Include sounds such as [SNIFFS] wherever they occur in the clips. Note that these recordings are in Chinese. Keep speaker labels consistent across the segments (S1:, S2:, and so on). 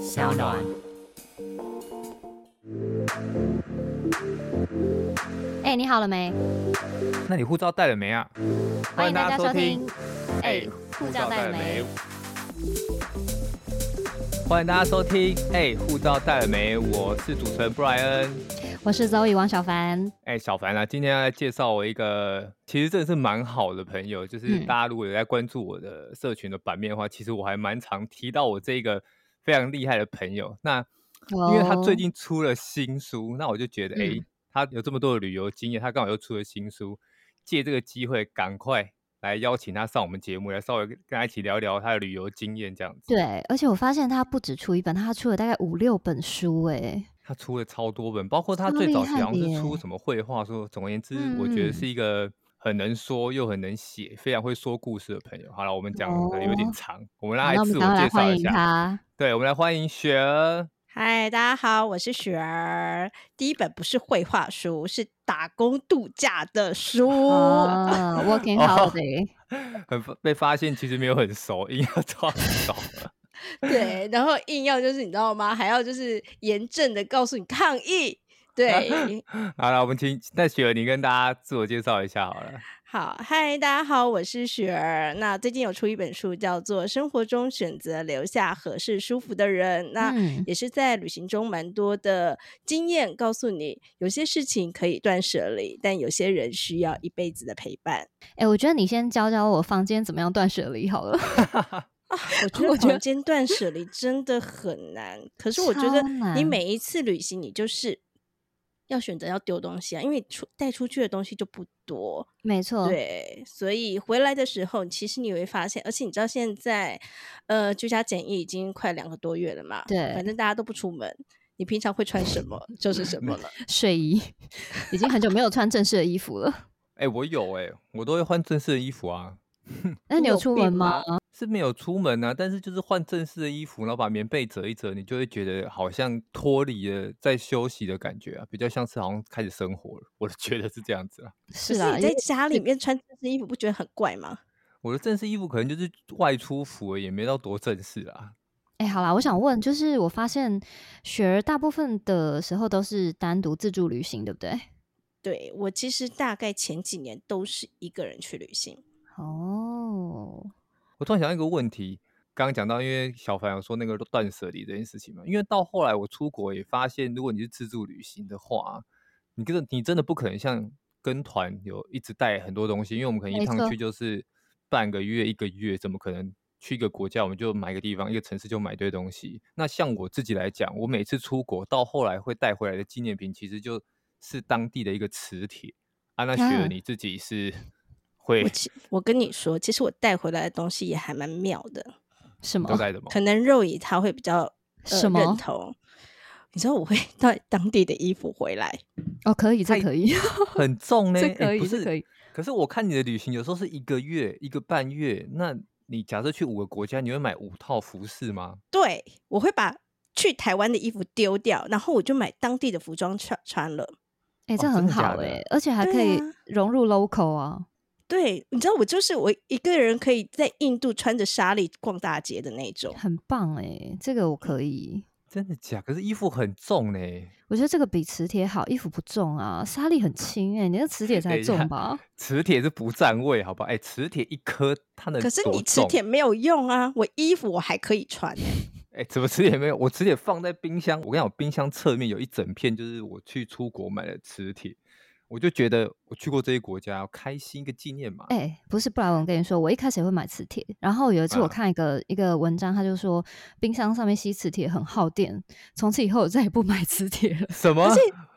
S1: 小暖。哎、你好了没？
S2: 那你护照带了没啊？
S1: 欢迎大家收
S2: 收
S1: 听
S2: 听。
S1: 哎、护照带了没？？
S2: 欢迎大家收听。哎，护照带了没？我是主持人布莱恩。
S1: 我是周 e 王小凡。
S2: 哎，小凡啊，今天要来介绍我一个，其实真的是蛮好的朋友。就是
S1: 嗯
S2: 大家如果有在关注我的社群的版面的话，其实我还蛮常提到我这个非常厉害的朋友。那因为他最近出了新书，那我就觉得，哎、
S1: 哦嗯
S2: 他有这么多的旅游经验，他刚好又出了新书，借这个机会赶快来邀请他上我们节目，来稍微跟他一起聊聊他的旅游经验这样子。
S1: 对，而且我发现他不止出一本，他出了大概五六本书、哎，
S2: 他出了超多本，包括他
S1: 超
S2: 最
S1: 厉
S2: 早期
S1: 害
S2: 好像
S1: 的
S2: 是出
S1: 耶
S2: 什么绘画书。总而言之，我觉
S1: 嗯
S2: 得是一个很能说又很能写、非常会说故事的朋友。好了，我们讲的有点
S1: 哦
S2: 长，我们
S1: 好
S2: 来
S1: 那我们
S2: 自
S1: 赶
S2: 我
S1: 快来
S2: 介绍
S1: 欢
S2: 一
S1: 迎
S2: 下。
S1: 他。
S2: 对，我们来欢迎雪儿。 [LAUGHS]
S3: 嗨，大家好，我是雪儿。第一本不是绘画书，是打工度假的书。
S1: 哦，Working
S2: 哦
S1: Holiday，、
S2: 很发被发现，其实没有很熟，硬要装熟。
S3: 对，然后硬要就是你知道吗？还要就是严正的告诉你抗议。
S1: [LAUGHS]
S3: 对，
S2: [LAUGHS] 好了，我们请那雪儿，你跟大家自我介绍一下好了。
S3: 好，嗨，大家好，我是雪儿。那最近有出一本书，叫做《生活中选择留下合适舒服的人》。那
S1: 嗯
S3: 也是在旅行中蛮多的经验，告诉你有些事情可以断舍离，但有些人需要一辈子的陪伴。
S1: 哎、我觉得你先教教我房间怎么样断舍离好了。 [LAUGHS]
S3: 啊我觉
S1: 我
S3: 得
S1: 觉得
S3: 房间断舍离真的很难。可是我觉得
S1: 超
S3: 你
S1: 难
S3: 每一次旅行，你就是要选择要丢东西啊，因为你出带出去的东西就不多。
S1: 没错，
S3: 对，所以回来的时候，其实你会发现，而且你知道现在，呃，居家检疫已经快两个多月了嘛，
S1: 对
S3: 反正大家都不出门。你平常会穿
S1: [LAUGHS]
S3: 什么就是什
S1: 嗯
S3: 么了。
S1: 睡衣 [LAUGHS] 已经很久没有穿正式的衣服了。
S2: 哎、我有哎、我都会换正式的衣服啊，
S1: 那你
S3: 你
S1: 有
S3: 有
S1: 出
S3: 病
S1: 门吗
S3: 吗？
S2: 是没有出门啊，但是就是换正式的衣服，然后把棉被折一折，你就会觉得好像脱离了在休息的感觉啊，比较像是好像开始生活了，我觉得是这样子啊。
S1: 是
S3: 可
S1: 啊，
S3: 你
S1: 因
S3: 在
S1: 为
S3: 家里面穿这身衣服，不觉得很怪吗？
S2: 我的正式衣服可能就是外出服而已，也没到多正式啊。
S1: 哎、好啦，我想问，就是我发现雪儿大部分的时候都是单独自助旅行，对不对？
S3: 对我其实大概前几年都是一个人去旅行。
S1: 哦，
S2: 我突然想到一个问题，刚刚讲到，因为小凡有说那个断舍离这件事情嘛，因为到后来我出国也发现，如果你是自助旅行的话，你真的你真的不可能像跟团有一直带很多东西，因为我们可能
S1: 没
S2: 一趟
S1: 错
S2: 去就是半个月、一个月，怎么可能去一个国家我们就买个地方、一个城市就买一堆东西？那像我自己来讲，我每次出国到后来会带回来的纪念品，其实就是当地的一个磁铁啊。那雪儿
S1: 啊
S2: 你自己是会
S3: 我其我跟你说，其实我带回来的东西也还蛮妙的，
S1: 什么
S2: 都？带的吗？
S3: 可能肉姨她会比较、呃、
S1: 什么
S3: 认同。你知道我会 [LAUGHS] 带当地的衣服回来，
S1: 哦，可以，这
S2: 太
S1: 可以，
S2: 很重呢、
S1: 这
S2: 欸
S1: 可以
S2: 不
S1: 这
S2: 是
S1: 可以。
S2: 可是我看你的旅行有时候是一个月、一个半月，那你假设去五个国家，你会买五套服饰吗？
S3: 对我会把去台湾的衣服丢掉，然后我就买当地的服装穿穿了。
S1: 哎、这
S2: 哦真
S1: 很
S2: 的假
S1: 好哎、
S2: 的
S1: 而且还
S3: 对
S1: 可以
S3: 啊
S1: 融入 local 啊。
S3: 对，你知道我就是我一个人可以在印度穿着纱丽逛大街的那种。
S1: 很棒哎、这个我可以。
S2: 真的假？可是衣服很重呢、
S1: 我觉得这个比磁铁好，衣服不重啊，沙粒很轻哎、你那磁铁
S2: 等
S1: 才
S2: 一下
S1: 重吧？
S2: 磁铁是不占位，好不好？哎、磁铁一颗它能
S3: 可是
S2: 多
S3: 你磁
S2: 重
S3: 铁没有用啊，我衣服我还可以穿、欸。
S2: 哎、怎么磁铁没有？我磁铁放在冰箱，我跟你讲，我冰箱侧面有一整片，就是我去出国买的磁铁。我就觉得我去过这些国家，开心一个纪念嘛。
S1: 哎、不是，布莱文跟你说，我一开始也会买磁铁，然后有一次我
S2: 啊
S1: 看一个、一个文章，他就说冰箱上面吸磁铁很耗电，从此以后我再也不买磁铁了。 [LAUGHS]
S2: 什么？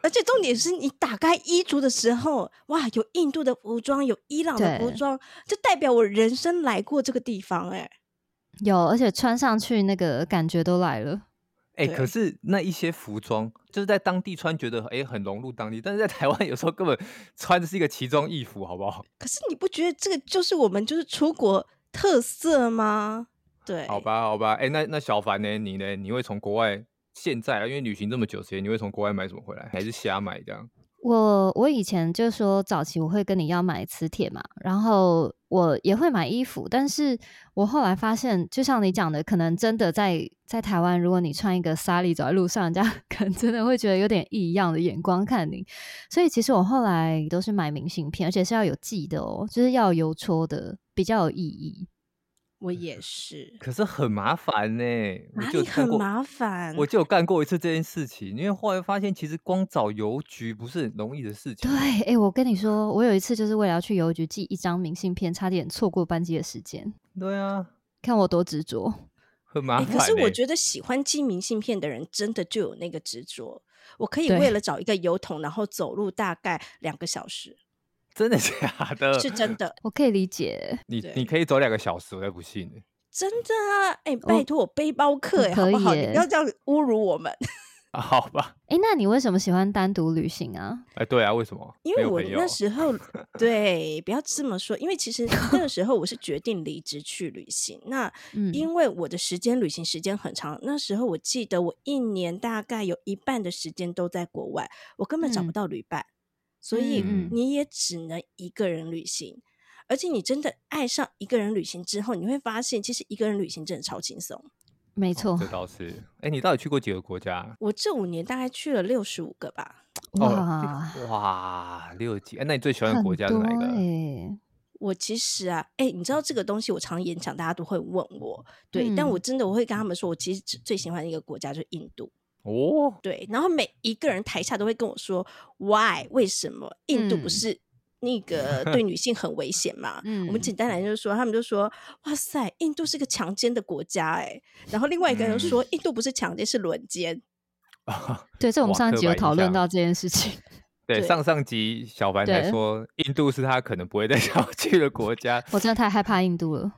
S3: 而且重点是你打开衣橱的时候，哇，有印度的服装，有伊朗的服
S1: 对
S3: 装，就代表我人生来过这个地方、欸，哎，
S1: 有，而且穿上去那个感觉都来了。
S2: 哎、
S3: 对
S2: 可是那一些服装就是在当地穿，觉得哎、很融入当地，但是在台湾 [LAUGHS] 有时候根本穿的是一个奇装异服，好不好？
S3: 可是你不觉得这个就是我们就是出国特色吗？对，
S2: 好，吧，好吧，哎、那那小凡呢？你呢？你会从国外现在啊，因为旅行这么久时间，你会从国外买什么回来？还是瞎买这样？
S1: 我我以前就说早期我会跟你要买磁铁嘛，然后我也会买衣服，但是我后来发现，就像你讲的，可能真的在在台湾，如果你穿一个纱丽走在路上，人家 [LAUGHS] 可能真的会觉得有点异样的眼光看你。所以其实我后来都是买明信片，而且是要有记的哦，就是要有邮戳的，比较有意义。
S3: 我也是，
S2: 可是很麻烦呢、我
S3: 哪
S2: 就有
S3: 里
S2: 干
S3: 很
S2: 过，
S3: 麻烦？
S2: 我就有干过一次这件事情，因为后来发现其实光找邮局不是很容易的事情
S1: 对，。哎、我跟你说，我有一次就是为了要去邮局寄一张明信片，差点错过班机的时间，
S2: 对啊，
S1: 看我多执着。
S2: 很麻
S3: 哎、
S2: 烦、欸
S3: 可是我觉得喜欢寄明信片的人真的就有那个执着。我可以
S1: 对
S3: 为了找一个邮筒，然后走路大概两个小时，
S2: 真的假的？
S3: 是真的，
S1: 我可以理解，
S2: 你
S3: 对
S2: 你可以走两个小时，我才不信呢、
S3: 真的啊！哎、拜托我背包客、哎，
S1: 可
S3: 好不好？
S1: 以
S3: 你
S1: 耶
S3: 不要这样侮辱我们，
S2: 啊好吧，
S1: 哎、那你为什么喜欢单独旅行啊？
S2: 哎，对啊，为什么？
S3: 因
S2: 没
S3: 为
S2: 有
S3: 我
S2: 朋友
S3: 那时
S2: [LAUGHS]
S3: 候对，不要这么说，因为其实那个时候我是决定离职去旅行，那
S1: 嗯，
S3: 因为我的时间旅行时间很长，那时候我记得我一年大概有一半的时间都在国外，我根本找不
S1: 嗯
S3: 到旅伴，所以
S1: 嗯嗯
S3: 你也只能一个人旅行。而且你真的爱上一个人旅行之后，你会发现，其实一个人旅行真的超轻松。
S1: 没
S2: 哦
S1: 错
S2: 这，倒是。哎、你到底去过几个国家？啊
S3: 我这五年大概去了六十五个吧，
S1: 哇，
S2: 哦、哇，六几？哎，那你 [LAUGHS] 最喜欢的
S1: 很
S2: 国家是哪一个？啊
S1: 多欸
S3: 我其实啊，哎、你知道这个东西，我常演讲，大家都会问我，对，但
S1: 嗯
S3: 我真的我会跟他们说，我其实只最喜欢的一个国家就是印度，
S2: 哦， [LAUGHS]
S3: 对，然后每一个人台下都会跟我说 why 为什么印度不
S1: 嗯
S3: 是那个对女性很危险嘛？我们
S1: 嗯
S3: 简单来就是说，他们就说哇塞，印度是个强奸的国家哎、然后另外一个人
S1: 嗯
S3: 就说、印度不是强奸是轮奸，
S1: 对，这我们
S2: 哇
S1: 上一
S2: 刻
S1: 集有
S2: 板印
S1: 讨论
S2: 象
S1: 到这件事情。
S2: 对，
S3: 对
S2: 上上集小凡才
S1: 对
S2: 说，印度是他可能不会再 [LAUGHS] 想要去的国家，
S1: 我真的太害怕印度了。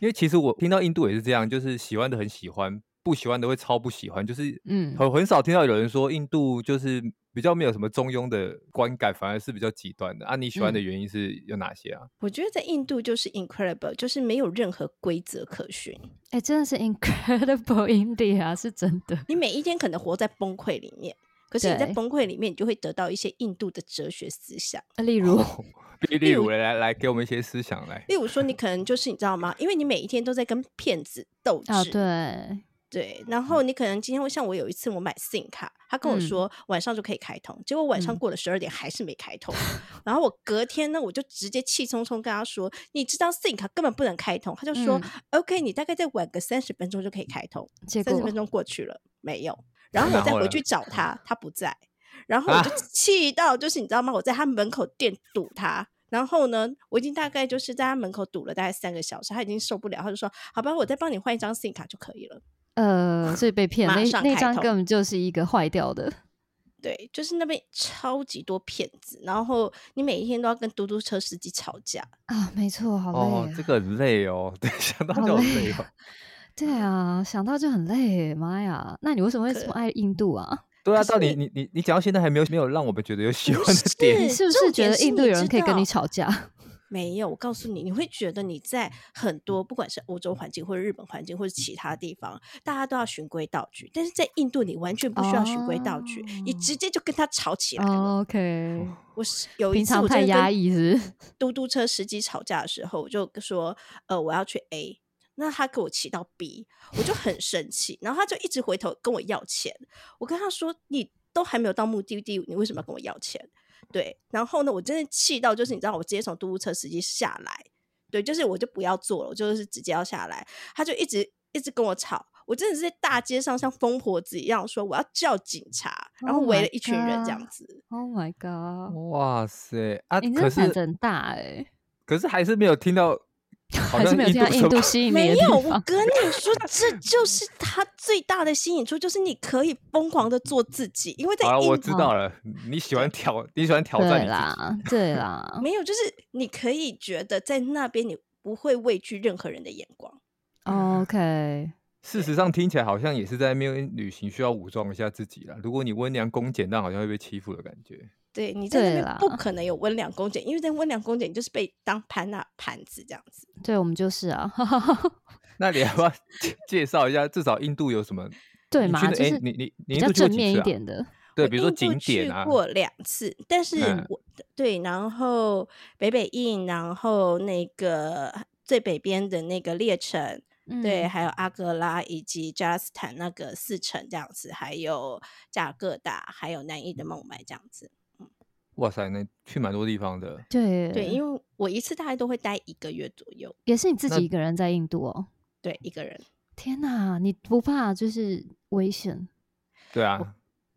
S2: 因为其实我听到印度也是这样，就是喜欢的很喜欢，不喜欢的会超不喜欢，就是
S1: 嗯
S2: 很很少听到有人说印度就是比较没有什么中庸的观感，反而是比较极端的啊。你喜欢的原因是有哪些啊？
S3: 我觉得在印度就是 incredible，就是没有任何规则可循，
S1: 哎、真的是 [LAUGHS] incredible [LAUGHS] India，是啊真的。
S3: 你每一天可能活在崩溃里面。可是你在
S1: 对
S3: 崩溃里面，你就会得到一些印度的哲学思想。
S1: 呃例如，
S2: 例例如来来来，给我们一些思想来。
S3: 例如说，你可能就是你知道吗？因为你每一天都在跟骗子斗智，
S1: 啊，对，
S3: 对，然后你可能今天会像我有一次我买 SIM 卡，他跟我
S1: 嗯
S3: 说晚上就可以开通，结果晚上
S1: 嗯
S3: 过了十二点还是没开通，然后我隔天呢我就直接气冲冲跟他说，你知道 SIM 卡根本不能开通，他就说、OK，你
S1: 嗯
S3: 大概再晚个三十分钟就可以开通，
S1: 结
S3: 三
S1: 果
S3: 十分钟过去了没有，然后
S2: 然
S3: 我再
S2: 后
S3: 回
S2: 呢
S3: 去找他，他不在，然后我就
S2: 啊 [LAUGHS]
S3: 气到就是你知道吗？我在他门口店堵他。然后呢，我已经大概就是在他门口堵了大概三个小时，他已经受不了，他就说：“好吧，我再帮你换一张 SIM 卡就可以了。”
S1: 呃，所以被骗，
S3: 马
S1: 那
S3: 上
S1: 那
S3: 开
S1: 张
S3: 通
S1: 根本就是一个坏掉的。
S3: 对，就是那边超级多骗子，然后你每一天都要跟嘟嘟车司机吵架。
S1: 啊，没错，好累、啊
S2: 哦，这个很累哦，对，想到
S1: 好
S2: 就很
S1: 累
S2: 累哦
S1: 啊。对啊，想到就很累，妈呀！那你为什么会这么爱印度啊？
S2: 对啊，
S3: 可是
S2: 到底你你你讲到现在还没有没有让我们觉得有喜欢的
S1: 你
S2: 点，
S1: 是不
S3: 重
S1: 是觉
S3: 点
S1: 得
S3: 是
S1: 印度
S3: 你
S1: 有人
S3: 知
S1: 可以跟你
S3: 道
S1: 吵架？
S3: 没有，我告诉你，你会觉得你在很多不管是欧洲环境，或者日本环境，或者其他地方，大家都要循规蹈矩，但是在印度你完全不需要循规蹈矩，你
S1: 哦
S3: 直接就跟他吵起来了。
S1: 哦 OK，
S3: 我是有一
S1: 平
S3: 次
S1: 常
S3: 我真
S1: 太
S3: 的
S1: 压
S3: 跟
S1: 抑是不 [LAUGHS] 是？
S3: 嘟嘟车司机吵架的时候，我就说呃我要去 A，那他给我骑到 B，我就很生气，然后他就一直回头跟我要钱。我跟他说你都还没有到目的地，你为什么要跟我要钱？对，然后呢，我真的气到就是你知道，我直接从嘟嘟车司机下来，对，就是我就不要坐了，我就是直接要下来，他就一直一直跟我吵。我真的是在大街上像疯婆子一样说我要叫警察，然后
S1: Oh
S3: 围
S1: my
S3: 了一群人这样
S1: God
S3: 子。
S1: Oh my god！
S2: 哇塞啊！
S1: 你、真的
S2: 可
S1: 胆
S2: 是
S1: 子很大哎、
S2: 可是还是没有听到，好
S1: 还是
S2: 像
S1: 没有听到
S2: 什
S1: 印
S2: 么
S1: 度吸引你
S3: 没
S1: 的
S3: 有，
S1: 地
S3: 我
S1: 方。 [LAUGHS]
S3: 跟你说，这就是他最大的吸引处，就是你可以疯狂的做自己，因为在
S2: 好了，
S3: 印
S2: 啊我
S3: 度
S2: 知道了，你喜欢挑，你喜欢挑战
S1: 对
S2: 你自己。
S1: 啦，对啦，
S2: [LAUGHS]
S3: 没有，就是你可以觉得在那边你不会畏惧任何人的眼光。
S2: 嗯
S1: OK，
S2: 事实上，听起来好像也是在面旅行需要武装一下自己啦。如果你温良恭俭让，好像会被欺负的感觉。
S3: 对你在那
S1: 对
S3: 边
S1: 啦
S3: 不可能有温良恭俭，因为在温良恭俭，你就是被当盘那盘子这样子。
S1: 对我们就是啊， [LAUGHS]
S2: 那你要不要介介绍一下？至少印度有什么？
S1: 对
S2: 你
S1: 嘛
S2: 去，的
S1: 就
S2: 诶
S1: 是
S2: 你你
S1: 比
S2: 你印
S1: 较
S2: 度去过
S1: 正
S2: 几
S1: 面
S2: 次
S1: 一
S2: 啊？
S1: 点的。
S2: 对，
S3: 我
S2: 比如说
S3: 印
S2: 景
S3: 度
S2: 点啊
S3: 去，过两次，但是
S2: 嗯
S3: 我、对，然后北北印，然后那个最北边的那个列城，对，
S1: 嗯
S3: 还有阿格拉以及加拉斯坦那个四城这样子，还有加尔各答，还有南印的孟买这样子。
S2: 哇塞，那去蛮多地方的。
S1: 对
S3: 对，因为我一次大概都会待一个月左右，
S1: 也是你自
S2: 那
S1: 己一个人在印度哦。
S3: 对，一个人。
S1: 天哪，你不怕就是危险？
S2: 对啊，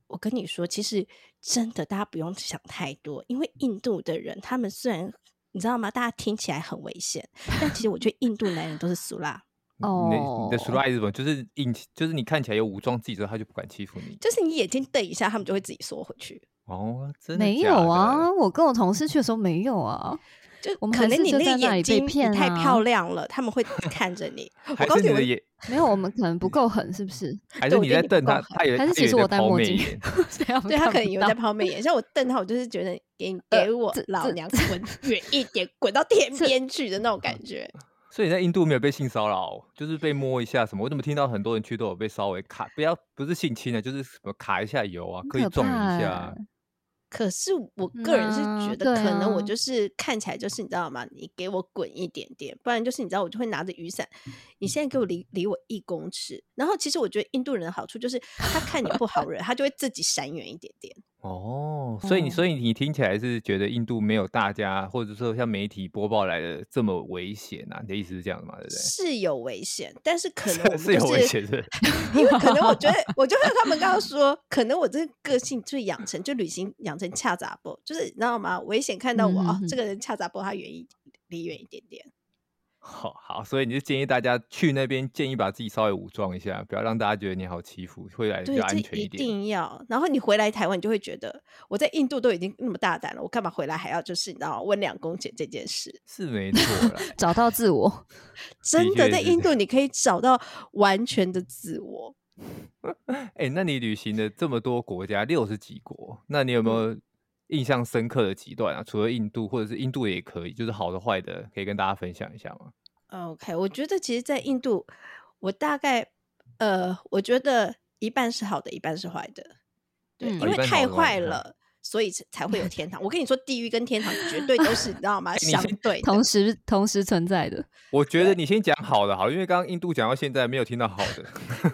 S3: 我跟你说，其实真的大家不用想太多，因为印度的人他们虽然你知道吗，大家听起来很危险，但其实我觉得印度男人都是俗辣，
S2: 你的你
S1: 哦
S2: 的 s l i 是什么？就是引起，就是你看起来有武装自己之后，他就不敢欺负你。
S3: 就是你眼睛瞪一下，他们就会自己缩回去。
S2: 哦，真的
S1: 没
S2: 假
S1: 有
S2: 的
S1: 啊，，我跟我同事去的时候没有啊。
S3: 就
S1: 我们
S3: 可
S1: 还
S3: 能
S1: 是
S3: 你
S1: 就
S3: 那
S1: 在那
S3: 个
S1: 里
S3: 眼
S1: 被
S3: 睛
S1: 骗
S3: 你太
S1: 啊
S3: 漂亮了，他们会看着
S1: [LAUGHS]
S3: 你。我
S2: 还
S3: 告
S2: 是你
S3: 诉你，我
S2: 的眼，
S1: 没有，我们可能不够狠，是不是？ [LAUGHS]
S2: 还
S3: 对
S2: 是
S3: 我
S2: 你
S3: 觉得
S2: 在瞪
S3: 你不够
S2: 他，他
S3: 狠
S2: 也
S1: 还是其实我戴
S2: 抛
S1: 墨
S2: 媚
S1: 镜
S2: 眼 [LAUGHS]
S1: 所以们
S3: 对他
S1: 看
S3: 可能
S1: 不
S3: 以为
S1: 到
S3: 在抛媚眼，像我瞪他，我就是觉得给你
S1: [LAUGHS] 呃
S3: 给我
S1: 这
S3: 老
S1: 这嗯
S3: 娘
S1: [LAUGHS]
S3: 滚远一点，滚到天边去的那种感觉。
S2: 所以你在印度没有被性骚扰，就是被摸一下什么？我怎么听到很多人去都有被稍微卡，不要不是性侵啊，就是什么卡一下油啊，
S1: 很
S2: 可以
S1: 可
S2: 撞
S1: 怕
S2: 一下
S1: 欸
S2: 啊。
S3: 可是我个人是
S1: 嗯啊
S3: 觉得，
S1: 对
S3: 可能我
S1: 啊
S3: 就是看起来就是你知道吗？你给我滚一点点，不然就是你知道我就会拿着雨伞，你现在给我离离我一公尺。然后其实我觉得印度人的好处就是，他看你不好惹，他就会自己闪远一点
S1: [LAUGHS]
S3: 点。
S2: 哦，所以你所以你听起来是觉得印度没有大家或者说像媒体播报来的这么危险啊？你的意思是这样的嘛？对不对？
S3: 是有危险，但是可能 [LAUGHS]
S1: 啊
S3: 我们
S2: 是有
S3: 就
S2: 危
S3: 是
S2: 险的。
S3: 因为可能
S1: [LAUGHS]
S3: 我觉得，我就看他们刚刚说，可能我这个个性就养成，就旅行养成恰杂波，就是你知道吗？危险看到我、
S1: 嗯
S3: 哦
S1: 嗯嗯，
S3: 这个人恰杂波，他远一离远一点点。
S2: 好好，所以你就建议大家去那边，建议把自己稍微武装一下，不要让大家觉得你好欺负，会来得比
S3: 对
S2: 较，安
S3: 这
S2: 全
S3: 一
S2: 点。
S3: 定要。然后你回来台湾，你就会觉得我在印度都已经那么大胆了，我干嘛回来还要就是你知道温良恭俭这件事？
S2: 是没错啦，
S1: 找到自我。
S3: 真的
S2: 确
S3: 在
S2: 是
S3: 印
S2: 这
S3: 度你可以找到完全的自我。
S2: 哎、那你旅行的这么多国家，六十几国，那你有没
S3: 嗯
S2: 有印象深刻的几段啊？除了印度，或者是印度也可以，就是好的坏的，可以跟大家分享一下吗？
S3: OK，我觉得其实，在印度，我大概呃，我觉得一半是好的，一半是坏的。对，
S1: 嗯
S3: 因
S1: 哦
S2: 一
S3: 为
S2: 半是好
S3: 太
S2: 的一半
S3: 坏
S2: 是坏的
S3: 了，所以才才会有天堂。我跟你说，地狱跟天堂绝对都是你知道吗？
S2: 你
S3: 相
S2: 先
S3: 对的
S1: 同时同时存在的。
S2: 我觉得你先讲好的好，因为刚刚印度讲到现在没有听到好的，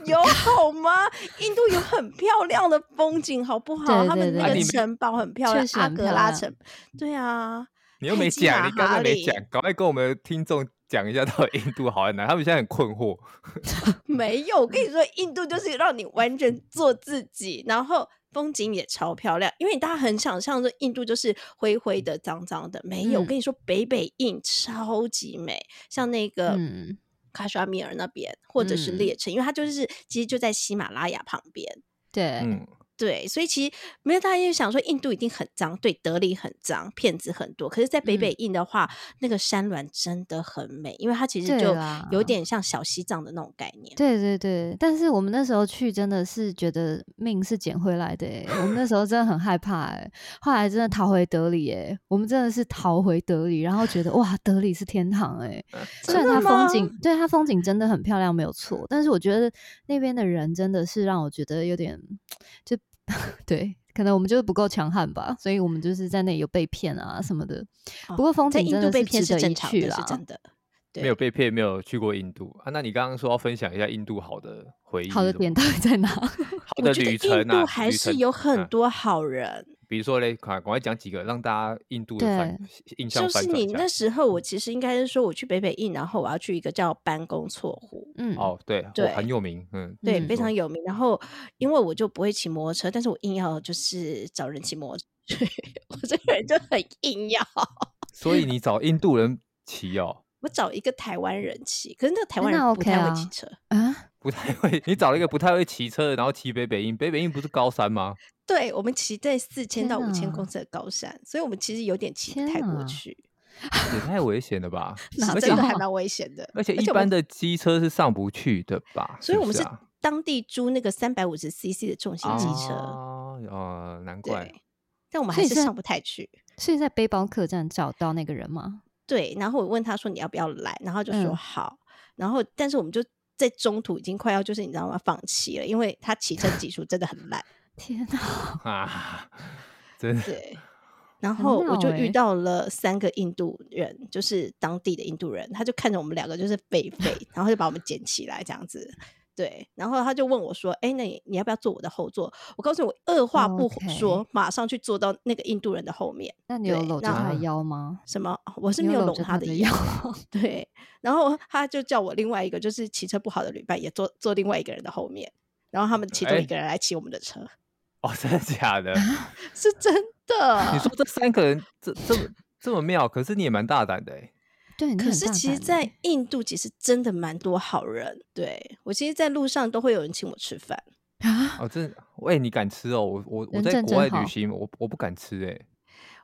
S3: 有好吗？印度有很漂亮的风景，好不好？
S1: 对
S3: 他
S1: 对
S3: 们
S1: 对
S3: 那
S2: 啊你们
S3: 个城堡很漂亮
S1: 确，实
S3: 阿
S1: 很
S3: 格
S1: 漂
S3: 拉
S1: 亮
S3: 城，对啊，
S2: 你又
S3: 泰
S2: 没
S3: 姬
S2: 讲，
S3: 玛
S2: 你刚才
S3: 哈
S2: 没
S3: 里
S2: 讲，赶快跟我们的听众讲一下到底印度好在哪，他们现在很困惑。
S3: [LAUGHS] 没有，我跟你说，印度就是让你完全做自己，然后风景也超漂亮。因为大家很想象说印度就是灰灰的、脏脏的，没
S1: 嗯
S3: 有。我跟你说，北北印超级美，像那
S2: 呃
S3: 个
S1: 嗯
S3: 喀什米尔那边，或者是
S1: 嗯
S3: 列城，因为它就是其实就在喜马拉雅旁边。
S1: 对，
S2: 嗯，
S3: 对，所以其实没有大家就想说印度一定很脏，对，德里很脏，骗子很多。可是，在北北
S1: 嗯
S3: 印的话，那个山峦真的很美，因为它其实
S1: 对啊
S3: 就
S1: 啦
S3: 有点像小西藏的那种概念。
S1: 对对对，但是我们那时候去真的是觉得命是捡回来的、欸，我们那时候真的很害怕、欸，后来真的逃回德里、欸，我们真的是逃回德里，然后觉得哇，德里是天堂、
S3: [LAUGHS]
S1: 欸，虽然
S3: 啊真的
S1: 它风
S3: 吗
S1: 景，对它风景真的很漂亮，没有错，但是我觉得那边的人真的是让我觉得有点，就 [LAUGHS] 对，可能我们就是不够强悍吧，所以我们就是在那里有被骗啊什么的，
S3: 哦
S1: 不过风
S3: 在
S1: 景
S3: 印
S1: 真
S3: 度
S1: 的
S3: 被
S1: 是
S3: 骗
S1: 值
S3: 是
S1: 得
S3: 正
S1: 一
S3: 常
S1: 去
S3: 的，
S1: 啦
S3: 是，真的。对
S2: 没有被骗，没有去过印度啊。那你刚刚说要分享一下印度好的回忆，
S1: 好的点到底在哪？
S2: 好
S3: 我
S2: 的
S3: 觉得
S2: 旅
S3: 印
S2: 程啊，
S3: 度还
S2: 旅
S3: 是
S2: 程
S3: 有很
S2: 啊
S3: 多好人，
S2: 比如说嘞，赶赶快讲几个让大家印度的反印象
S3: 就
S2: 反
S3: 是
S2: 转
S3: 你
S2: 一下
S3: 那。时候，我其实应该是说，我去北北印，然后我要去一个叫班公错湖，
S1: 嗯，
S2: 哦，对，我
S3: 对
S2: 很有名，嗯，
S3: 对，
S1: 嗯
S3: 非常有名。然后因为我就不会骑摩托车，但是我硬要就是找人骑摩托车去， [LAUGHS] 我这个人就很硬要。
S2: 所以你找印度人骑哦，
S3: 我找一个台湾人骑，可是那个台湾
S1: 那
S3: 人不
S1: OK
S3: 太会
S1: 啊
S3: 骑车。
S1: 啊。
S2: 不太会，你找了一个不太会骑车的，然后骑北北印，北北印不是高山吗？
S3: 对我们骑在四千
S1: 天
S3: 到五千
S1: 哪
S3: 公尺的高山，所以我们其实有点骑不
S1: 天
S3: 太过
S1: 哪
S3: 去，
S2: 也太危险了吧！
S1: 哪
S3: 是
S2: 而
S1: 知
S2: 且
S3: 真的
S1: 道
S3: 还蛮危险的。
S2: 而
S3: [LAUGHS]
S2: 且一
S3: 我
S2: 般
S3: 们
S2: 的机车是上不去的吧？
S3: 所以我们
S2: 是
S3: 是
S2: 不是啊
S3: 当地租那个三百五十 CC 的重型机车，
S2: 哦哦，难怪 [LAUGHS]
S3: 对，但我们
S1: 所
S3: 还
S1: 以
S3: 是
S1: 是
S3: 上不太去。
S1: 是在背包客栈找到那个人吗？ [LAUGHS]
S3: 对，然后我问他说你要不要来，然后他就说
S1: 嗯
S3: 好，然后但是我们就在中途已经快要就是你知道吗放弃了，因为他骑车技术真的很烂。
S1: 天哪！
S2: 啊，真
S1: [LAUGHS]
S2: 的
S3: 对。然后我就
S1: 闹欸
S3: 遇到了三个印度人，就是当地的印度人，他就看着我们两个就是
S1: [LAUGHS]
S3: 狒狒，然后就把我们捡起来这样子。对，然后他就问我说：“哎，那你你要不要坐我的后座？”我告诉你，我二话不
S1: 哦 OK
S3: 说，马上去坐到那个印度人的后面。
S1: 那你有
S3: 对
S1: 搂着
S3: 那
S1: 他的
S2: 啊
S1: 腰吗？
S3: 什么？我是
S1: 你
S3: 没
S1: 有搂
S3: 有拢
S1: 着
S3: 他
S1: 他
S3: 的
S1: 的
S3: 腰
S1: 腰
S3: 啦， [LAUGHS] 对。然后他就叫我另外一个就是骑车不好的旅伴也坐坐另外一个人的后面，然后他们其中
S2: 哎
S3: 一个人来骑我们的车， [LAUGHS]
S2: 哦，真的假的？
S3: 是真
S2: 你
S3: 的。
S2: 说这三个人这这么这么妙，可是你也蛮大胆的哎、
S1: 对，你
S3: 可
S1: 很
S3: 是
S1: 大
S3: 其
S1: 胆
S3: 实，
S1: 欸
S3: 在印度其实真的蛮多好人，对我其实，在路上都会有人请我吃饭。
S1: 啊，
S2: 哦，真的喂、你敢吃哦？我我我
S1: 人
S2: 在
S1: 证
S2: 国
S1: 真
S2: 外
S1: 好
S2: 旅行，我我不敢吃哎、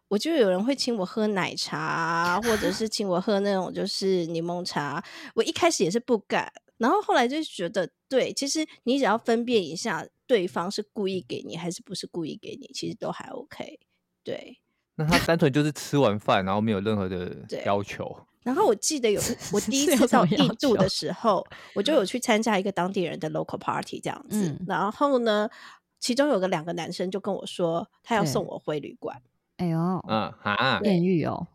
S3: 我就有人会请我喝奶茶，啊或者是请我喝那种就是柠檬茶。我一开始也是不敢，然后后来就觉得，对，其实你只要分辨一下对方是故意给你还是不是故意给你，其实都还 OK。对，
S2: 那他单纯就是吃完饭，然后没有任何的
S3: 对
S2: 要求。
S3: 然后我记得有我第一
S1: 是有
S3: 次
S1: 什
S3: 到
S1: 么要
S3: 印度
S1: 求
S3: 的时候，我就有去参加一个当地人的 local party 这样子，
S1: 嗯
S3: 然后呢，其中有个两个男生就跟我说，他要
S1: 对
S3: 送我回旅馆。
S1: 哎呦，
S2: 嗯哈，
S1: 艳遇哦，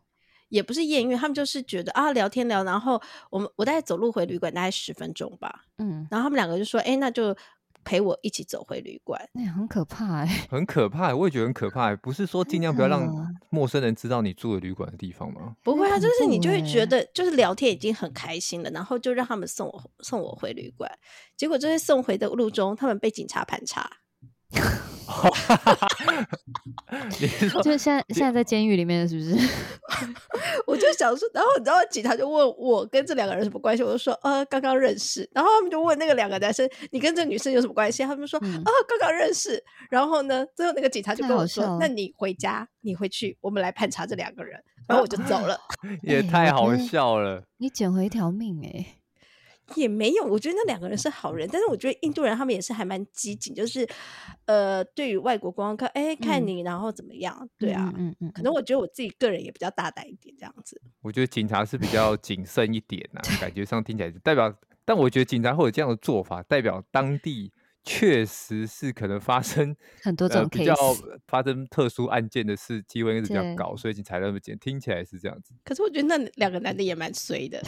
S3: 也不是艳遇，他们就是觉得啊聊天聊，然后我们我大概走路回旅馆大概十分钟吧，
S1: 嗯，
S3: 然后他们两个就说，哎、那就陪我一起走回旅馆。
S1: 那也很可怕
S3: [LAUGHS]
S1: 哎，
S2: 很可怕，我也觉得很可怕。欸不是说尽量不要让
S1: 的
S2: 陌生人知道你住的旅馆的地方吗？ [LAUGHS]
S3: 不会啊，
S1: 很
S3: 就是你就会
S1: 恐怖
S3: 觉
S1: 欸
S3: 得就是聊天已经很开心了，然后就让他们送我送我回旅馆，结果就在送回的路中，他们被警察盘查。
S2: 你是说
S1: 就是现在现在在监狱里面是不是？ [LAUGHS]
S3: 我就想说，然后你知道警察就问我跟这两个人什么关系，我就说呃刚刚认识，然后他们就问那个两个男生，你跟这女生有什么关系？他们说啊、
S1: 嗯
S3: 刚刚认识，然后呢，最后那个警察就
S1: 太
S3: 跟
S1: 好
S3: 我说
S1: 笑，了
S3: 那你回家，你回去，我们来盘查这两 [LAUGHS] 个人，然后我就走了，
S2: 也
S1: 哎
S2: 太
S1: 我
S2: 好
S1: 觉得
S2: 笑了。
S1: 你捡回一条命哎，
S3: 也没有，我觉得那两个人是好人，但是我觉得印度人他们也是还蛮机警，就是呃对于外国观光客，哎看
S1: 嗯
S3: 你、然后怎么样，对啊，
S1: 嗯嗯
S3: 可
S1: 嗯，
S3: 能我觉得我自己个人也比较大胆一点，这样子。
S2: 我觉得警察是比较谨慎一点呐、感觉上听起来是代表，但我觉得警察会有这样的做法，代表当地确实是可能发生
S1: 很多
S2: 呃
S1: 种
S2: 比较
S1: case，
S2: 发生特殊案件的事机会应该是比较
S1: 对
S2: 高，所以警察那么检，听起来是这样子，
S3: 可是我觉得那两个男的也蛮衰的。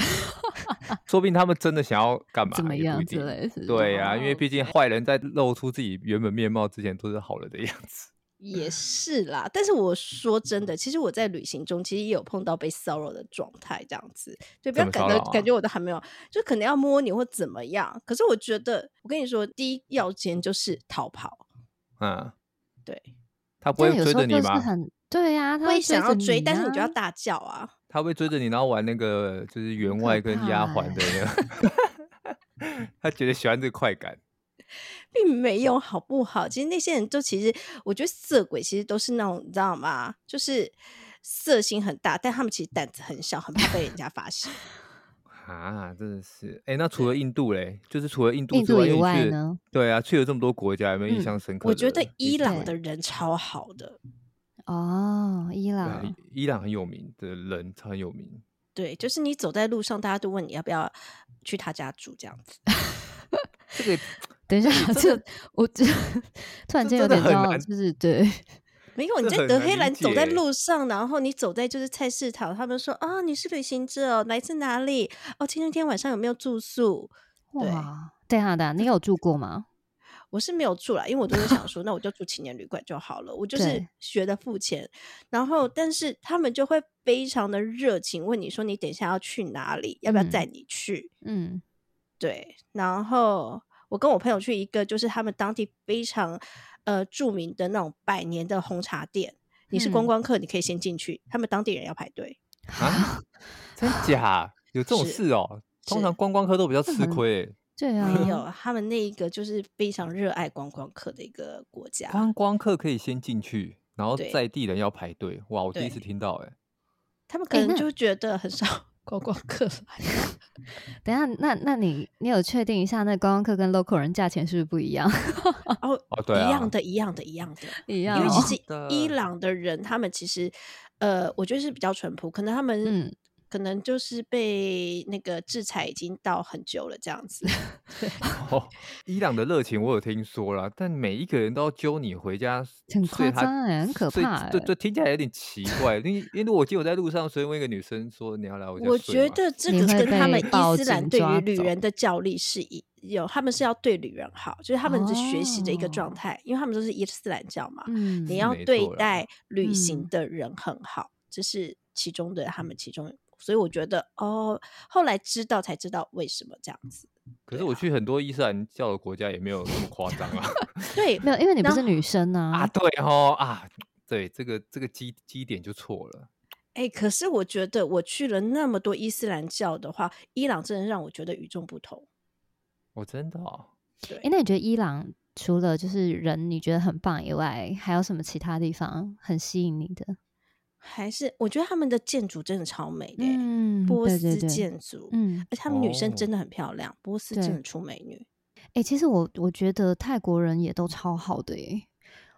S2: 说不定他们真的想要干嘛，
S1: 怎么
S2: 也不
S1: 样
S2: 一
S1: 之
S2: 定。
S1: 类是不是，
S2: 对啊呀、因为
S3: 哦
S2: 毕竟坏人在露出自己原本面貌之前都是好人的样 [LAUGHS] 子。 [LAUGHS]
S3: 也是啦，但是我说真
S2: 嗯
S3: 的，其实我在旅行中其实也有碰到被骚扰的状态，这样子，对，不要
S2: 怎么
S3: 感
S2: 骚
S3: 到、
S2: 扰啊
S3: 感觉我都还没有，就可能要摸你或怎么样。可是我觉得，我跟你说，第一要件就是逃跑，
S1: [LAUGHS]
S2: 嗯，
S3: 对，
S2: 他不
S1: 但
S2: 会
S1: 有
S2: 追
S1: 时候
S2: 着你
S1: 就是
S2: 吗？
S1: 很对呀，他
S3: 会想要
S1: 着
S3: 追，但是你
S1: 啊
S3: 就要大叫啊，
S2: 他会追着你，然后玩那个就是员
S1: 可
S2: 外跟丫
S1: 怕
S2: 鬟的那个， [LAUGHS] 他觉得喜欢这个快感。
S3: 并没有好不好？其实那些人就其实，我觉得色鬼其实都是那种，你知道吗？就是色心很大，但他们其实胆子很小，很怕被人家
S2: [LAUGHS]
S3: 发现。
S2: 啊，真的是哎，那除了印度嘞，就是除了印度
S1: 印
S2: 之
S1: 度
S2: 外，
S1: 以
S2: 因为你
S1: 外
S2: 去了
S1: 呢？
S2: 对啊，去了这么多国家，有没有
S1: 嗯
S2: 印象深刻的
S3: 我
S2: 地方？
S3: 觉得伊朗
S2: 欸
S1: 对
S3: 的人超好的。
S1: 哦，伊
S2: 对
S1: 朗
S2: 啊，伊伊朗很有名的人，超很有名。
S3: 对，就是你走在路上，大家都问你要不要去他家住这样子。 [LAUGHS]
S1: [LAUGHS]
S2: 这个
S1: 等一下，
S2: 真
S1: 这我这突然
S2: 这
S1: 间有
S2: 真的
S1: 点
S2: 很
S1: 到，
S2: 难
S1: 就是对，
S3: 没有，
S2: 这
S3: 你在
S2: 很
S3: 德
S2: 难
S3: 黑
S2: 理
S3: 兰走在
S2: 解
S3: 路上，然后你走在就是菜市场，他们说啊、你是旅行者哦，来自哪里？哦，前两天晚上有没有住宿？对
S1: 哇，对啊，对啊，你有住过吗？
S3: 我是没有住啦，因为我都是想说，那我就住青年旅馆就好了，我就是
S1: 对
S3: 学的付钱。然后，但是他们就会非常的热情，问你说你等一下要去哪里，要不要
S1: 嗯
S3: 载你去？
S1: 嗯，
S3: 对，然后我跟我朋友去一个就是他们当地非常呃著名的那种百年的红茶店，你是观
S1: 嗯
S3: 光客，你可以先进去，他们当地人要排队。
S2: 啊，真假有这种
S3: 是
S2: 事哦？通
S3: 是
S2: 常观光客都比较
S1: 这
S2: 吃
S1: 很
S2: 亏欸，
S1: 对啊，
S3: 没有，他们那一个就是非常热爱观光客的一个国家。
S1: 哦
S2: 观光客可以先进去，然后
S3: 对
S2: 在地人要排队。哇，我第一
S3: 对
S2: 次听到哎。
S3: 他们可
S1: 诶
S3: 能
S1: 那
S3: 就觉得很少 [LAUGHS] 观光客来，
S1: 等一下，那那你你有确定一下，那观光客跟 local 人价钱是不是不一样？ [LAUGHS]
S3: 然后
S2: 哦，
S3: 一
S2: 对啊，
S3: 样的，一样的，一样的。
S1: 一
S3: 因
S1: 样
S3: 为
S1: 哦，
S3: 其实
S2: 的
S3: 伊朗的人，他们其实，呃，我觉得是比较淳朴，可能他们
S1: 嗯
S3: 可能就是被那个制裁已经到很久了这样子。
S2: 哦，伊朗的热情我有听说啦，但每一个人都要揪你回家，
S1: 很
S2: 所
S1: 夸
S2: 以他
S1: 张欸很可
S2: 所以
S1: 怕
S2: 这
S1: 欸
S2: 这听起来有点奇怪。因为因为我记得我在路上随便问一个女生说你要来我家
S3: 我
S2: 睡
S3: 觉
S2: 吗
S3: 得这
S1: 你
S3: 个
S1: 会
S3: 跟他
S1: 被
S3: 们
S1: 报
S3: 伊斯
S1: 警
S3: 兰对于
S1: 抓
S3: 女
S1: 走
S3: 人的教力是一有，他们是要对女人好，就是他们是学习的一个状
S1: 哦
S3: 态，因为他们都是伊斯兰教嘛，
S1: 嗯，
S3: 你要
S2: 没
S3: 对
S2: 错啦
S3: 待旅行
S1: 嗯
S3: 的人很好，这是其中的他们其中，所以我觉得哦，后来知道才知道为什么这样子。
S2: 可是我去很多伊斯兰教的国家也没有那么夸张
S1: [LAUGHS]
S2: 啊
S3: 对，
S1: 嗯没有，因为你不
S3: 然
S1: 是女生
S2: 啊，
S1: 啊，
S2: 对哦啊，对这个这个基基点就错了。
S3: 哎、可是我觉得我去了那么多伊斯兰教的话，伊朗真的让我觉得与众不同。
S2: 我真的、哦，
S3: 对，
S1: 哎，那你觉得伊朗除了就是人你觉得很棒以外，还有什么其他地方很吸引你的？
S3: 还是我觉得他们的建筑真的超美的欸、
S1: 嗯，
S3: 波
S1: 对对
S3: 斯
S1: 对
S3: 建筑，
S1: 嗯，
S3: 而且他们女生真
S2: 哦
S3: 的很漂亮，波斯真
S1: 对
S3: 的出美女。
S1: 哎、其实我我觉得泰国人也都超好的耶、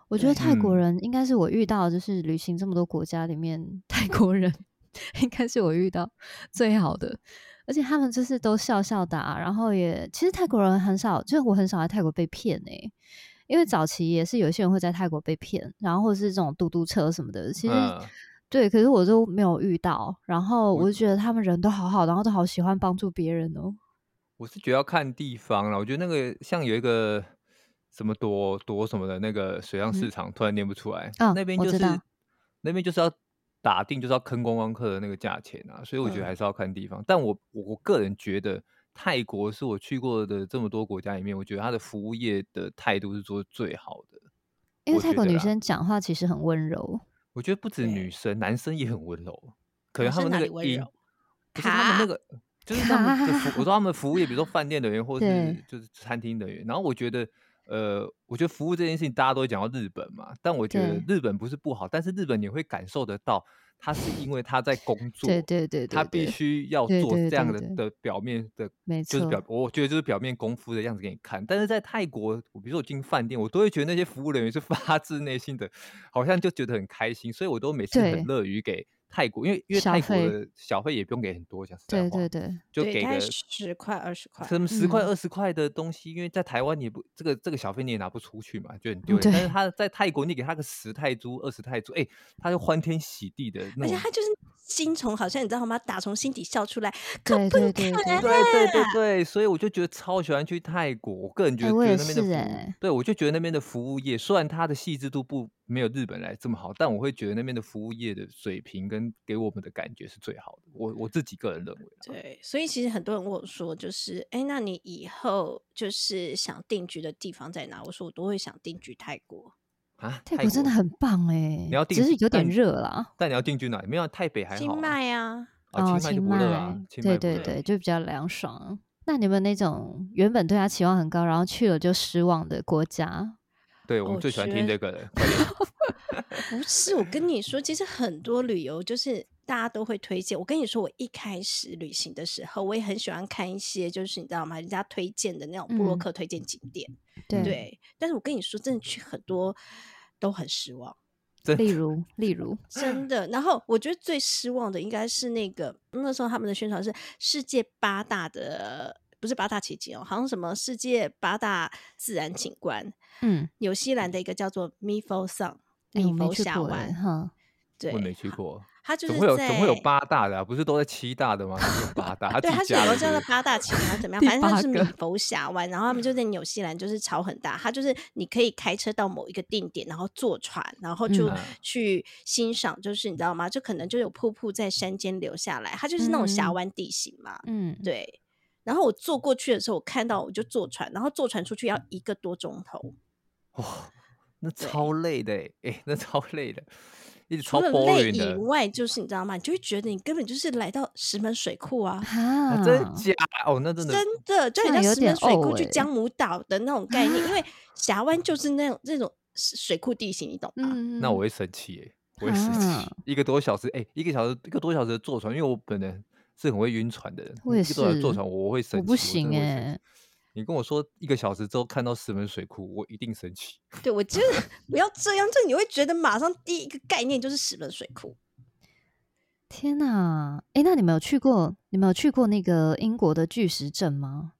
S1: 我觉得
S3: 对
S1: 泰国
S2: 嗯
S1: 人应该是我遇到，就是旅行这么多国家里面，泰国人应该是我遇到最好的。而且他们就是都笑笑的、啊，然后也其实泰国人很少，就是我很少在泰国被骗哎、因为早期也是有一些人会在泰国被骗，然后或是这种嘟嘟车什么的，其实、
S2: 嗯
S1: 对，可是我都没有遇到。然后我
S2: 我
S1: 就觉得他们人都好好，然后都好喜欢帮助别人哦。
S2: 我是觉得要看地方啦。我觉得那个像有一个什么夺夺什么的那个水上市
S1: 嗯
S2: 场，突然念不出来。
S1: 啊
S2: 那边
S1: 我
S2: 就是
S1: 知道
S2: 那边就是要打定就是要坑观光客的那个价钱啊，所以我觉得
S3: 嗯
S2: 还是要看地方。但我我我个人觉得。泰国是我去过的这么多国家里面，我觉得它的服务业的态度是做得最好的。
S1: 因为
S2: 我
S1: 泰
S2: 觉
S1: 国
S2: 得
S1: 女
S2: 啦
S1: 生讲话其实很温柔，
S2: 我觉得不止
S3: 对
S2: 女生，男生也很温柔，可
S3: 男
S2: 能他
S3: 生
S2: 们
S3: 哪
S2: 那
S3: 里
S2: 个
S3: 温
S2: 音
S3: 柔，
S2: 不是他们那个，就是他们的服，我说他们服务业，
S3: [LAUGHS]
S2: 比如说饭店人员或是
S1: 对
S2: 就是餐厅人员。然后我觉得，呃，我觉得服务这件事情大家都会讲到日本嘛，但我觉得
S1: 对
S2: 日本不是不好，但是日本你会感受得到，他是因为他在工作，
S1: 对对对对，
S2: 他必
S1: 对
S2: 须要
S1: 对
S2: 做
S1: 对
S2: 这样
S1: 对
S2: 的
S1: 对
S2: 的表面的
S1: 没
S2: 就是表
S1: 错，
S2: 我觉得就是表面功夫的样子给你看，但是在泰国，我比如说我进饭店，我都会觉得那些服务人员是 [LAUGHS] 发自内心的，好像就觉得很开心，所以我都每次很
S1: 对
S2: 乐于给泰国，因为因为
S1: 小
S2: 泰国
S1: 费
S2: 的小费也不用给很多，讲实在
S1: 对
S2: 话，
S1: 对对，
S2: 就
S3: 对
S2: 给
S3: 大概
S2: 个
S3: 10块20块
S2: 什么十块
S1: 嗯
S2: 二十块的东西，因为在台湾你也不这个这个小费你也拿不出去嘛，就很丢
S1: 嗯
S2: 脸。但是
S1: 对
S2: 他在泰国，你给他个十泰铢、二十泰铢，哎、他就欢天喜地的那
S3: 而且
S2: 种
S3: 他就是心从，好像你知道吗？打从心底笑出来，可
S1: 对
S3: 不
S1: 对
S3: 可
S1: 对对。
S3: 能
S2: 对对对对，所以我就觉得超喜欢去泰国。我个人觉
S1: 哎
S2: 得，
S1: 我
S2: 觉
S1: 也
S2: 得那边的
S1: 是
S2: 服务，
S1: 哎
S2: 对我就觉得那边的服务业，虽然它的细致度不没有日本来这么好，但我会觉得那边的服务业的水平跟给我们的感觉是最好的。我我自己个人认为啊，
S3: 对，所以其实很多人问我说，就是哎，诶那你以后就是想定居的地方在哪？我说我都会想定居泰国。
S2: 啊，
S1: 泰国真的很棒哎、
S2: 你要定
S1: 只是
S2: 居
S1: 有点
S2: 但
S1: 热啦。哦
S2: 但你要定居哪里？没有台北还
S3: 清
S2: 好啊，
S1: [LAUGHS]
S3: 迈啊，
S2: 啊，清迈
S1: 清
S2: 就不热啊，清
S1: 对
S2: 迈不
S1: 对
S2: 热。
S1: 对，就比较凉爽。那你们那种原本对他期望很高，然后去了就失望的国家，
S2: 对我们
S3: 我
S2: 最喜欢
S3: 觉
S2: 听这
S3: 得
S1: [LAUGHS]
S2: 个了，快点
S3: 不是，我跟你说，其实很多旅游就是大家都会推荐。我跟你说，我一开始旅行的时候，我也很喜欢看一些，就是你知道吗？人家推荐的那种布洛
S1: 嗯
S3: 克推荐景点，
S1: 对，
S3: 对。但是我跟你说，真的去很多都很失望，
S2: 真
S1: 例
S2: 的
S1: 如例如，
S3: 真
S1: [SNIFFS]
S3: 的。然后我觉得最失望的应该是那个那时候他们的宣传是世界八大的。不是八大奇景哦，好像什么世界八大自然景观，
S1: 嗯，
S3: 纽西兰的一个叫做 m i f o s o n
S1: 哎
S3: 米
S1: 我没
S3: 佛
S1: 去
S3: 峡
S1: 过哎，
S3: 湾，
S1: 哈，
S3: 对，
S2: 我也没去过，
S3: 它就
S2: 总
S3: 是
S2: 会有
S3: 在
S2: 总会有八大的啊，不是都在七大的吗？怎么有
S1: [LAUGHS]
S2: 八大，
S1: 啊
S2: 他
S3: 对，
S2: 自
S3: 它
S2: 己
S3: 是有
S2: 加
S3: 个
S2: 的，对不
S3: 叫做
S2: 对
S3: 八大奇观怎么样？
S1: 第
S3: 反正它
S1: 八
S3: 就是
S1: 个
S3: 米佛峡湾，然后他们就在纽西兰，就是潮很大。它就是你可以开车到某一个定点，然后坐船，然后就
S1: 嗯
S3: 去欣赏，就是你知道吗？就可能就有瀑布在山间流下来，它就是那种峡
S1: 嗯
S3: 湾地形嘛。
S1: 嗯，
S3: 对。然后我坐过去的时候，我看到我就坐船，然后坐船出去要一个多钟头，
S2: 哇，那
S3: 对
S2: 超累的哎、欸，那超累的，一直
S3: 除
S2: 超
S3: 了累
S2: boring
S3: 以
S2: 的，
S3: 外，就是你知道吗？你就会觉得你根本就是来到石门水库啊。
S1: 哈、
S2: 啊、真假哦，那真的
S3: 真的，就
S1: 这
S3: 很
S1: 样
S3: 像
S1: 有
S3: 石门
S1: 点
S3: 水库
S1: 呕
S3: 去
S1: 欸
S3: 江母岛的那种概念，因为峡湾就是那种那种水水库地形，你懂吗？
S1: 嗯，
S2: 那我会生气哎、我会生气
S1: 啊，
S2: 一个多小时哎、一个小时一个多小时的坐船，因为我本人是很会晕船的人，
S1: 我也
S2: 一个多小时坐
S1: 是
S2: 船我会生
S1: 我
S2: 气，
S1: 不
S2: 真
S1: 行
S2: 的会
S1: 哎、
S2: 生气你跟我说一个小时之后看到石门水库，我一定生气。
S3: 对，我觉得不要这样，就你会觉得马上第一个概念就是石门水库。
S1: 天哪！哎，那你们有去过？你们有去过那个英国的巨石阵吗？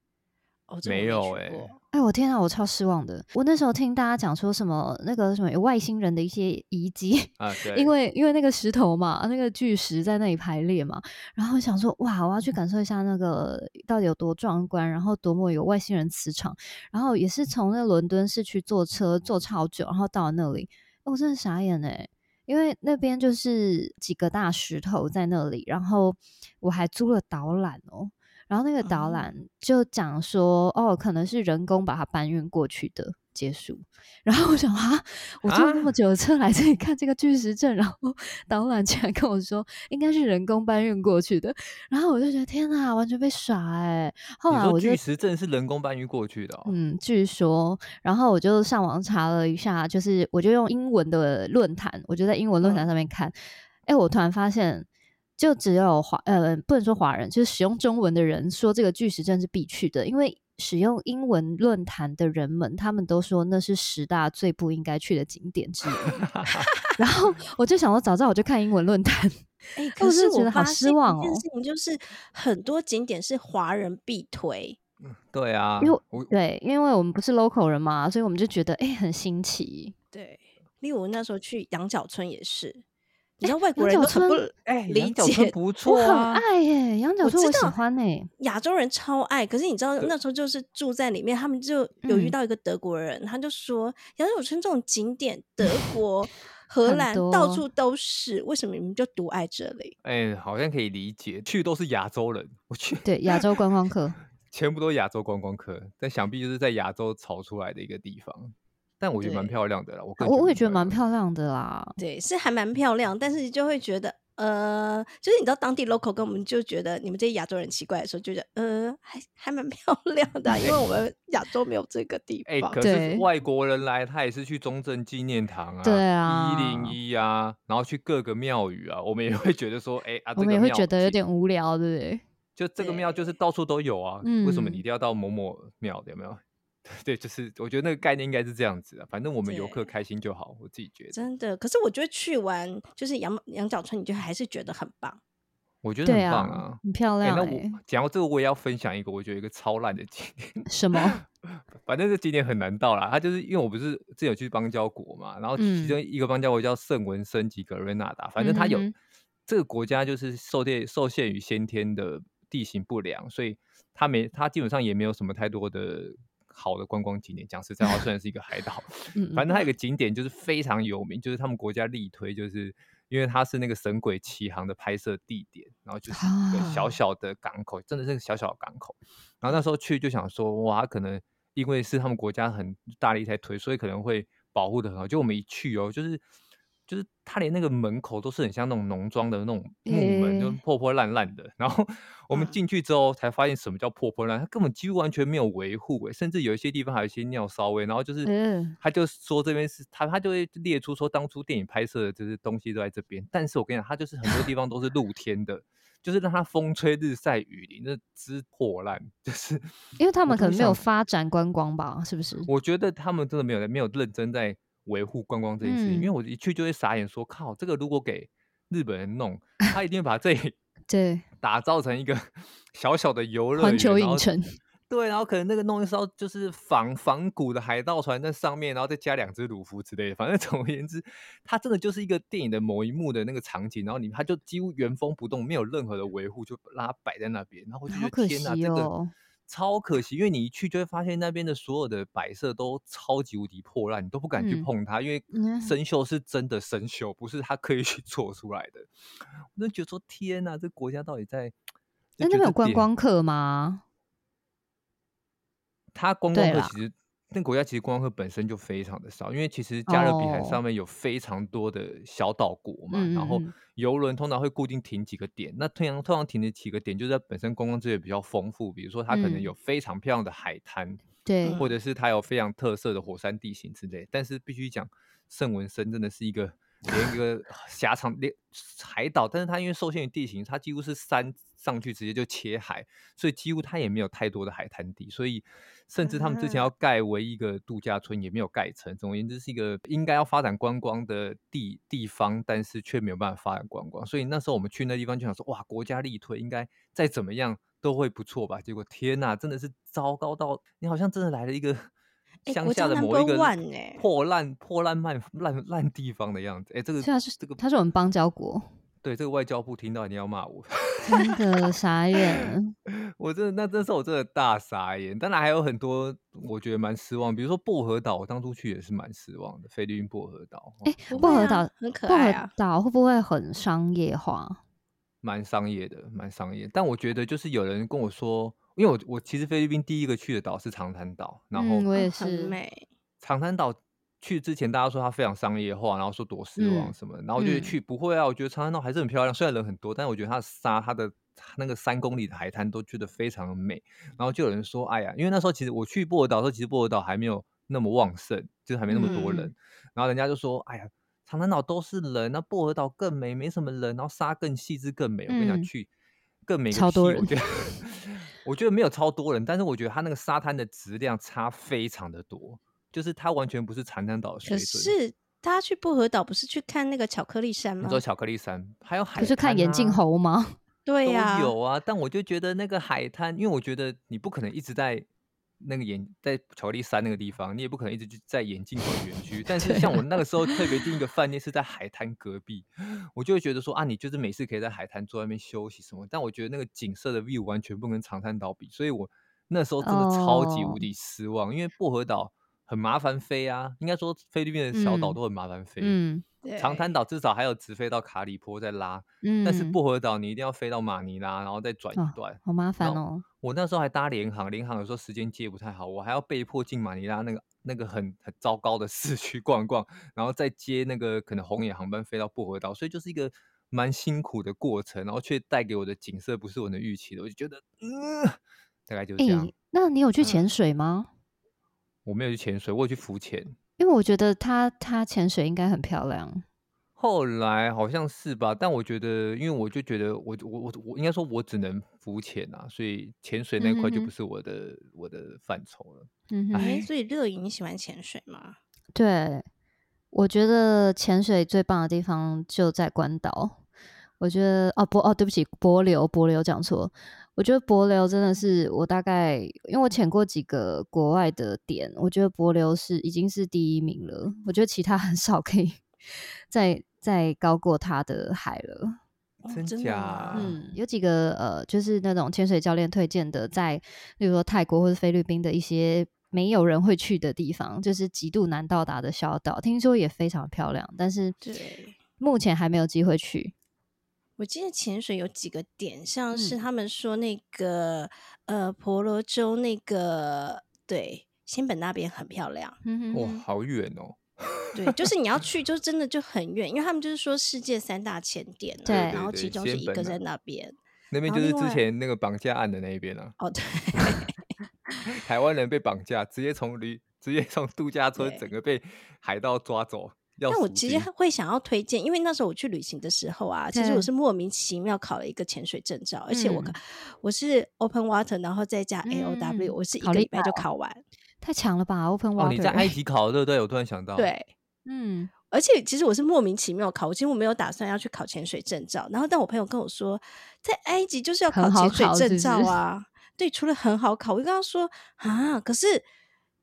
S3: 哦，这我
S2: 没有
S3: 去
S2: 欸
S3: 过
S1: 哎，我天啊，我超失望的。我那时候听大家讲说什么那个什么有外星人的一些遗迹，
S2: 啊，对，
S1: 因为因为那个石头嘛，那个巨石在那里排列嘛，然后想说哇，我要去感受一下那个到底有多壮观，然后多么有外星人磁场，然后也是从那伦敦市区坐车坐超久，然后到那里，我真的傻眼哎、因为那边就是几个大石头在那里，然后我还租了导览哦。然后那个导
S3: 哦
S1: 览就讲说，哦，可能是人工把它搬运过去的，结束。然后我想啊，我坐那
S2: 啊
S1: 么久的车来这里看这个巨石阵，然后导览居然跟我说应该是人工搬运过去的，然后我就觉得天哪，完全被耍哎、后
S2: 你
S1: 来我
S2: 说
S1: 就
S2: 巨石阵是人工搬运过去的、哦，
S1: 嗯，据说，然后我就上网查了一下，就是我就用英文的论坛，我就在英文论坛
S3: 嗯
S1: 上面看，哎、我突然发现，就只有华呃，不能说华人，就是使用中文的人说这个巨石阵是必去的，因为使用英文论坛的人们，他们都说那是十大最不应该去的景点
S3: [LAUGHS]
S1: 之一。然后我就想说，早知道我就看英文论坛，
S3: 哎、
S1: [LAUGHS] 我
S3: 可
S1: 真
S3: 是
S1: 的觉
S3: 我
S1: 得好
S3: 发
S1: 失
S3: 现
S1: 望
S3: 一件
S1: 哦
S3: 事情就是，很多景点是华人必推，
S2: 对啊，
S1: 因为
S2: 我
S1: 对，因为我们不是 local 人嘛，所以我们就觉得哎、很新奇。
S3: 对，例如我那时候去羊角村也是，你知道
S1: 哎
S3: 外国
S1: 羊
S3: 人
S1: 角
S3: 都很不
S1: 村
S2: 哎，
S3: 理
S2: 羊角
S3: 解
S2: 村不
S1: 我
S2: 错
S1: 很
S2: 啊，
S1: 爱耶、羊角
S3: 我
S1: 村
S3: 知
S1: 我喜
S3: 道
S1: 欢呢、
S3: 亚洲人超爱，可是你知道那时候就是住在里面，他们就有遇
S1: 嗯
S3: 到一个德国人，他就说杨柳村这种景点，
S2: [LAUGHS]
S3: 德国、荷
S1: 很
S3: 兰到
S1: 多
S3: 处都是，为什么你们就独爱这里？
S2: 哎，好像可以理解，去都是亚洲人，我去
S1: 对，亚洲观光
S2: [LAUGHS]
S1: 客，
S2: 全部都亚洲观光客，但想必就是在亚洲炒出来的一个地方，但我觉得蛮
S3: 对
S2: 漂亮的啦，我个
S1: 我
S2: 人
S1: 我也觉得蛮
S2: 亮的
S1: 漂亮的
S2: [LAUGHS]
S1: 啦。
S3: 对，是还蛮漂亮，但是就会觉得。呃，就是你知道当地 local 跟我们就觉得你们这些亚洲人奇怪的时候，就觉得呃还还蛮 [LAUGHS] 漂亮的啊、因为我们亚洲没有这个地
S2: 哎、
S3: 方。
S2: 可
S1: 对
S2: 是外国人来，他也是去中正纪念堂啊，
S1: 对
S2: 一零
S1: 啊
S2: 一啊，然后去各个庙宇啊，我们也会觉得说，哎、啊，
S1: 我
S2: 这
S1: 们
S2: 个
S1: 也会
S2: 庙
S1: 觉得有
S2: 其
S1: 点无聊，对不对？ [LAUGHS]
S2: 就这个庙就是到处都有啊，为什么你
S1: 嗯
S2: 一定要到某某庙？有没 [LAUGHS] 有？对，就是我觉得那个概念应该是这样子啊，反正我们游客
S3: 对
S2: 开心就好，我自己觉得，
S3: 真的，可是我觉得去完就是羊羊角村，你就还是觉得很棒。
S2: 我觉得
S1: 对
S2: 很棒
S1: 啊
S2: 啊，。
S1: 很漂
S2: 哎、
S1: 亮
S2: 那
S1: 哎、
S2: 我讲到这个，我也要分享一个我觉得一个超烂的景点，
S1: 什
S2: [LAUGHS]
S1: 么？
S2: 反正这景点很难到啦。它就是因为我不是之前有去邦交国嘛，然后其
S1: 嗯
S2: 中一个邦交国叫圣文森及格瑞纳达，反正它有、
S1: 嗯哼
S2: 这个国家就是受限受限于先天的地形不良，所以它没它基本上也没有什么太多的好的观光景点。讲实在话，虽然是一个海岛，
S1: 嗯，
S2: 反
S1: 嗯
S2: 正它有个景点就是非常有名，就是他们国家力推，就是因为它是那个《神鬼奇航》的拍摄地点，然后就是一个小
S1: 啊嗯
S2: 小的港口，真的是个小小的港口。然后那时候去就想说，哇，可能因为是他们国家很大力在推，所以可能会保护的很好。就我们一去哦，就是就是他连那个门口都是很像那种农庄的那种木门，就
S1: 诶
S2: 破破烂烂的。然后我们
S1: 嗯
S3: 啊
S2: 进去之后才发现什么叫破破烂，它根本几乎完全没有维护、欸，甚至有一些地方还有一些尿骚味。然后就是
S1: 嗯
S2: 他就说这边是他，他就会列出说当初电影拍摄的就是东西都在这边，但是我跟你讲，它就是很多地方都是露天的。就是让它风吹日晒雨淋，那之破烂，就是
S1: 因为他
S2: 我
S1: 们
S2: 都
S1: 可能没有
S2: 想
S1: 发展观光吧，是不是？
S2: 我觉得他们真的没有没有认真在维护观光这件事情，因为
S1: 嗯
S2: 我一去就会傻眼说，靠，这个如果给日本人弄，他一定把这里
S1: 对，
S2: 打造成一个 [LAUGHS] 小小的游乐
S1: 环
S2: 园，
S1: 球
S2: 然后
S1: 影城，
S2: [LAUGHS] 对，然后可能那个弄一艘就是仿仿古的海盗船在上面，然后再加两只鲁夫之类的。反正 [LAUGHS] 总而言之，它真的就是一个电影的某一幕的那个场景，然后你它就几乎原封不动，没有任何的维护，就让它摆在那边。然后我就觉
S1: 好
S2: 得
S1: 可
S2: 天哪，
S1: 惜
S2: 这个
S1: 哦。
S2: 超可惜，因为你一去就会发现那边的所有的摆设都超级无敌破烂，你都不敢去
S1: 嗯
S2: 碰它，因为
S1: 嗯
S2: 生锈是真的生锈，不是它刻意去做出来的。我就觉得说，天哪，这国家到底在？
S1: 那
S2: 就
S1: 那边
S2: 觉得
S1: 有
S2: 这
S1: 观
S2: 点
S1: 光客吗？
S2: 它观光
S1: 对
S2: 客
S1: 啦
S2: 其实那国家其实观光客本身就非常的少，因为其实加勒比海上
S1: 哦
S2: 面有非常多的小岛国嘛，
S1: 嗯
S2: 然后
S1: 嗯嗯
S2: 游轮通常会固定停几个点，那通常通常停的几个点就是它本身观光资源比较丰富，比如说它可能有
S1: 嗯
S2: 非常漂亮的海滩，
S1: 对，
S2: 嗯或者是它有非常特色的火山地形之类。但是必须讲，圣文森真的是一个连一个狭长连海岛，但是它因为受限于地形，它几乎是山上去直接就切海，所以几乎它也没有太多的海滩地，所以甚至他们之前
S3: 啊
S2: 要盖唯一一个度假村也没有盖成。总而言之，是一个应该要发展观光的地地方，但是却没有办法发展观光。所以那时候我们去那地方就想说，哇，国家力推，应该再怎么样都会不错吧？结果天呐，真的是糟糕到你好像真的来了一个。 [LAUGHS]
S3: 哎
S2: 乡
S3: 国
S2: 下
S3: 家
S2: 的某一
S3: number
S2: 个
S3: one 哎
S2: 破烂破烂烂烂烂地方的样子，哎，这个
S1: 所以啊
S3: 啊
S1: 他是
S2: 这个
S1: 他是我们邦交
S2: [LAUGHS]
S1: 国，
S2: 对，这个外交部听到一定要骂我。
S1: 真的傻
S2: [LAUGHS]
S1: 眼。
S2: 我真的那那时候我真的大傻眼。当然还有很多我觉得蛮失望，比如说薄荷岛，我当初去也是蛮失望的，菲律宾薄荷岛，哦
S1: 哎、
S3: 不
S1: 薄
S3: 会
S1: 荷
S3: 啊
S1: 岛
S3: 很可
S1: 薄
S3: 爱
S1: 荷
S3: 啊
S1: 岛会不会很商业化？
S2: 蛮商业的，蛮商业。但我觉得就是有人跟我说，因为我我其实菲律宾第一个去的岛是长滩岛，然后
S1: 嗯，我
S3: 哦
S1: 也
S3: 很
S1: 是，
S3: 美，
S2: 长滩岛去之前，大家说它非常商业化，然后说多失望
S1: 嗯
S2: 什么的，然后我就
S1: 嗯
S2: 去不会啊，我觉得长滩岛还是很漂亮，虽然人很多，但我觉得它的沙、它的那个三公里的海滩都觉得非常美。然后就有人说，哎呀，因为那时候其实我去薄荷岛的时候，其实薄荷岛还没有那么旺盛，就是还没那么多人，
S1: 嗯
S2: 然后人家就说，哎呀。长滩岛都是人，那薄荷岛更美，没什么人，然后沙更细致更美。我跟你讲，
S1: 嗯
S2: 去更美个
S1: 超多
S2: 屁我
S1: 人
S2: 觉得 [LAUGHS] 我觉得没有超多人，但是我觉得它那个沙滩的质量差非常的多，就是它完全不是长滩岛的水
S3: 可
S2: 准。
S3: 是大家去薄荷岛不是去看那个巧克力山
S2: 你
S3: 吗？
S2: 说巧克力山，还有海、
S1: 不
S2: 滩
S1: 是看眼镜
S2: 啊
S1: 猴吗？
S3: 对
S2: 都
S3: 呀、
S2: 有啊，但我就觉得那个海滩，因为我觉得你不可能一直在那个眼在巧克力山那个地方，你也不可能一直就在眼镜口园
S1: [LAUGHS]
S2: 区。但是
S1: 对
S2: 像
S1: 啊
S2: 我那个时候特别订一个
S1: [LAUGHS]
S2: 饭店是在海滩隔壁，我就会觉得说啊，你就是每次可以在海滩坐在那边休息什么，但我觉得那个景色的 view 完全不跟长滩岛比，所以我那时候真的超级
S1: 哦
S2: 无敌失望，因为薄荷岛很麻烦飞啊，应该说菲律宾的小岛
S1: 嗯
S2: 都很麻烦飞。
S1: 嗯
S2: 长滩
S3: 对
S2: 岛至少还有直飞到卡里坡再拉，
S1: 嗯，
S2: 但是薄荷岛你一定要飞到马尼拉，然后再转
S1: 哦
S2: 一段。
S1: 好麻烦
S2: 然
S1: 哦。
S2: 我那时候还搭联航，联航有时候时间接不太好，我还要被迫进马尼拉那个那个很很糟糕的市区逛一逛，然后再接那个可能红眼航班飞到薄荷岛，所以就是一个蛮辛苦的过程，然后却带给我的景色不是我能预期的，我就觉得嗯，大概就是
S1: 诶、
S2: 这样。嗯
S1: 那你有去潜水吗？
S2: 我没有去潜水，我有去浮潜，
S1: 因为我觉得它它潜水应该很漂亮。
S2: 后来好像是吧，但我觉得，因为我就觉得我我我我应该说，我只能浮潜啊，所以潜水那
S1: 嗯哼
S2: 块就不
S1: 哼
S2: 是我的我的范畴了。
S1: 嗯
S2: 哎
S1: 哼，
S3: 哎，所以乐莹你喜欢潜水吗？
S1: 对，我觉得潜水最棒的地方就在关岛。我觉得哦不哦，对不起，帛琉，帛琉讲错。我觉得帛琉真的是我大概，因为我潜过几个国外的点，我觉得帛琉是已经是第一名了。我觉得其他很少可以 [LAUGHS] 再再高过它的海了。
S3: 哦
S2: 真
S3: 真的吗
S2: 假？
S1: 嗯，有几个呃，就是那种潜水教练推荐的，在例如说泰国或者菲律宾的一些没有人会去的地方，就是极度难到达的小岛，听说也非常漂亮，但是
S3: 对，
S1: 目前还没有机会去。
S3: 我记得潜水有几个点，像是
S1: 嗯
S3: 他们说那个、呃婆罗洲那个对仙本那边很漂亮，
S1: 嗯哼
S2: 哇，
S1: 哼
S2: 好远哦！
S3: 对，就是你要去就真的就很远，因为他们就是说世界三大潜点啊，
S1: 对对
S3: 然后
S2: 对
S3: 其中
S2: 仙
S3: 是一
S2: 本
S3: 个
S2: 那
S3: 在那边。
S2: 那边
S3: 然
S2: 就
S3: 后
S2: 是
S3: 另
S2: 之
S3: 外
S2: 前那个绑架案的那一边啊，
S3: 哦，对，
S2: 台湾人被绑架，直接从旅直接从度假村
S3: 对
S2: 整个被海盗抓走，要
S3: 但我
S2: 赎
S3: 其实
S2: 金
S3: 会想要推荐，因为那时候我去旅行的时候啊，其实我
S1: 对
S3: 是莫名其妙考了一个潜水证照，而且我考
S1: 嗯
S3: 我是 Open Water，然后再加 A O W，、
S1: 嗯
S3: 我是一
S1: 好
S3: 个礼
S1: 厉
S3: 拜就考完。
S1: 太强了吧！Open
S2: 哦，你在
S1: Water，、
S2: 埃及考的对不对？我突然想到，，
S3: 对，
S1: 嗯，
S3: 而且其实我是莫名其妙考，我其实我没有打算要去考潜水证照。然后，但我朋友跟我说，在埃及就是要考
S1: 很好
S3: 潜水
S1: 考是
S3: 证
S1: 不是
S3: 照啊。对，除了很好考，我就跟他说啊，可是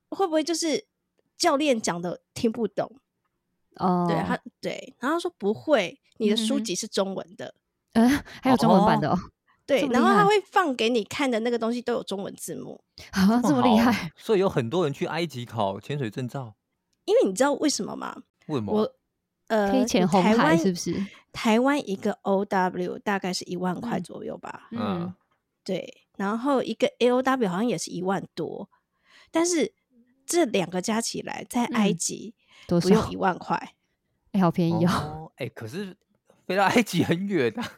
S3: 会不会就是教练讲的听不懂？
S1: 哦，
S3: 对他，对，然后他说不会，你的
S1: 嗯哼
S3: 书
S1: 哼
S3: 籍是中文的。
S1: 呃，还有中文版的哦，
S3: 对
S1: 这，么
S3: 然
S1: 厉
S3: 后他
S1: 害
S3: 会放给你看的那个东西都有中文字幕，
S2: 哦
S1: 啊，这么厉
S2: 好
S1: 害，，
S2: 所以有很多人去埃及考潜水证照，
S3: 因为你知道为什么吗？
S2: 为什么？
S3: 我呃，
S1: 可以潜红
S3: 台
S1: 海
S3: 湾
S1: 是不是？
S3: 台湾一个 OW 大概是一万块
S1: 嗯
S3: 左右吧，
S1: 嗯
S2: 嗯，
S3: 对，然后一个 LW 好像也是一万多，但是这两个加起来在埃
S1: 嗯
S3: 及
S1: 多
S3: 不
S1: 少？
S3: 用一万块，
S1: 哎、好便宜哦！
S2: 哦，哎，可是飞到 [LAUGHS] 埃及很远啊。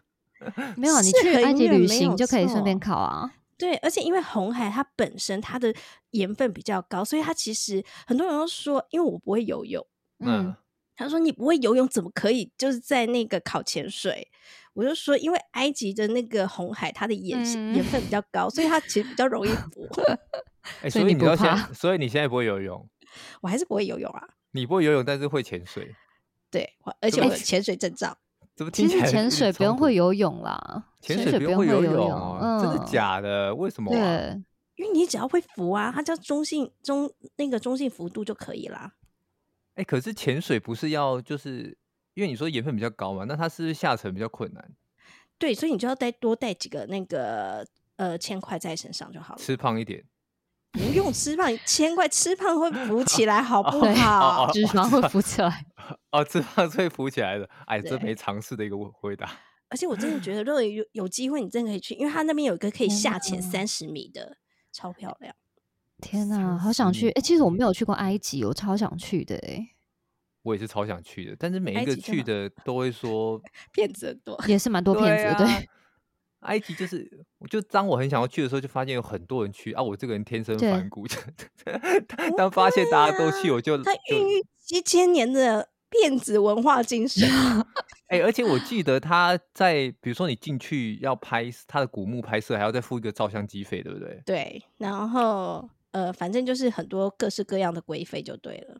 S1: 没有啊，你
S3: 是
S1: 去
S3: 很
S1: 埃及
S3: 远没
S1: 旅
S3: 有
S1: 行就可以顺便
S3: 错
S1: 考啊。
S3: 对，而且因为红海它本身它的盐分比较高，所以它其实很多人都说，因为我不会游泳，
S2: 嗯，
S3: 他说：“你不会游泳，怎么可以就是在那个考潜水？”我就说：“因为埃及的那个红海，它的盐、
S1: 嗯
S3: 盐分比较高，所以它其实比较容易浮。
S1: 所
S2: 哎、
S1: 以
S2: 所以
S1: 你
S2: 你
S1: 不
S2: 到现
S1: 怕
S2: 在， [LAUGHS] 所以你现在不会游泳，
S3: 我还是不会游泳啊，
S2: 你不会游泳，但是会潜水，
S3: 对，我而且
S2: 这
S3: 我
S2: 个
S3: 有潜水证照。
S2: 怎么听
S1: 其
S2: 起
S1: 实
S2: 来
S1: 潜水不用会，游泳啦，
S2: 潜
S1: 水
S2: 不
S1: 用
S2: 会
S1: 游
S2: 泳哦、真的
S1: 嗯
S2: 假的？为什么、啊？
S1: 对，
S3: 因为你只要会浮啊，它叫中性中那个中性幅度就可以啦。
S2: 哎、可是潜水不是要就是因为你说盐分比较高嘛，那它是不是下沉比较困难？
S3: 对，所以你就要带多带几个那个呃铅块在身上就好了，
S2: 吃胖一点，
S3: 不用吃胖，铅块吃胖会浮起来，好不
S1: 对
S2: 哦
S3: 好？
S1: 啊脂肪会浮起来。
S2: 哦，吃胖所以浮起来了。
S1: [LAUGHS]
S2: 哎，这
S3: 对
S2: 没尝试的一个回答。
S3: 而且我真的
S1: [SNIFFS]
S3: 觉得，如果有有机会，你真的可以去，因为它那边有一个可以
S1: 天
S3: 下潜
S1: 哪嗯
S3: 三十米的，超漂亮。
S1: 天哪，好
S2: 30
S1: 想去！
S2: 米
S1: 哎、其实我没有去过埃及，我超想去的、欸，
S2: 我也是超想去的，但是每
S3: 埃
S2: 一个
S3: 及真
S2: 去
S3: 的
S2: 的都会说
S3: 骗子很多，
S1: 也是蛮多骗子的。对,、
S2: 啊埃及就是，我就当我很想要去的时候，就发现有很多人去啊。我这个人天生
S1: 对
S2: 反骨， [LAUGHS] 当发现大家都去，
S3: 啊
S2: 我
S1: 嗯
S2: 就
S3: 它
S2: 就
S3: 孕育几千年的骗子文化
S1: [LAUGHS]
S3: 精神。
S2: 哎、而且我记得他在，比如说你进去要拍他的古墓拍摄，还要再付一个照相机费，对不对？
S3: 对，然后呃，反正就是很多各式各样的规费就对了，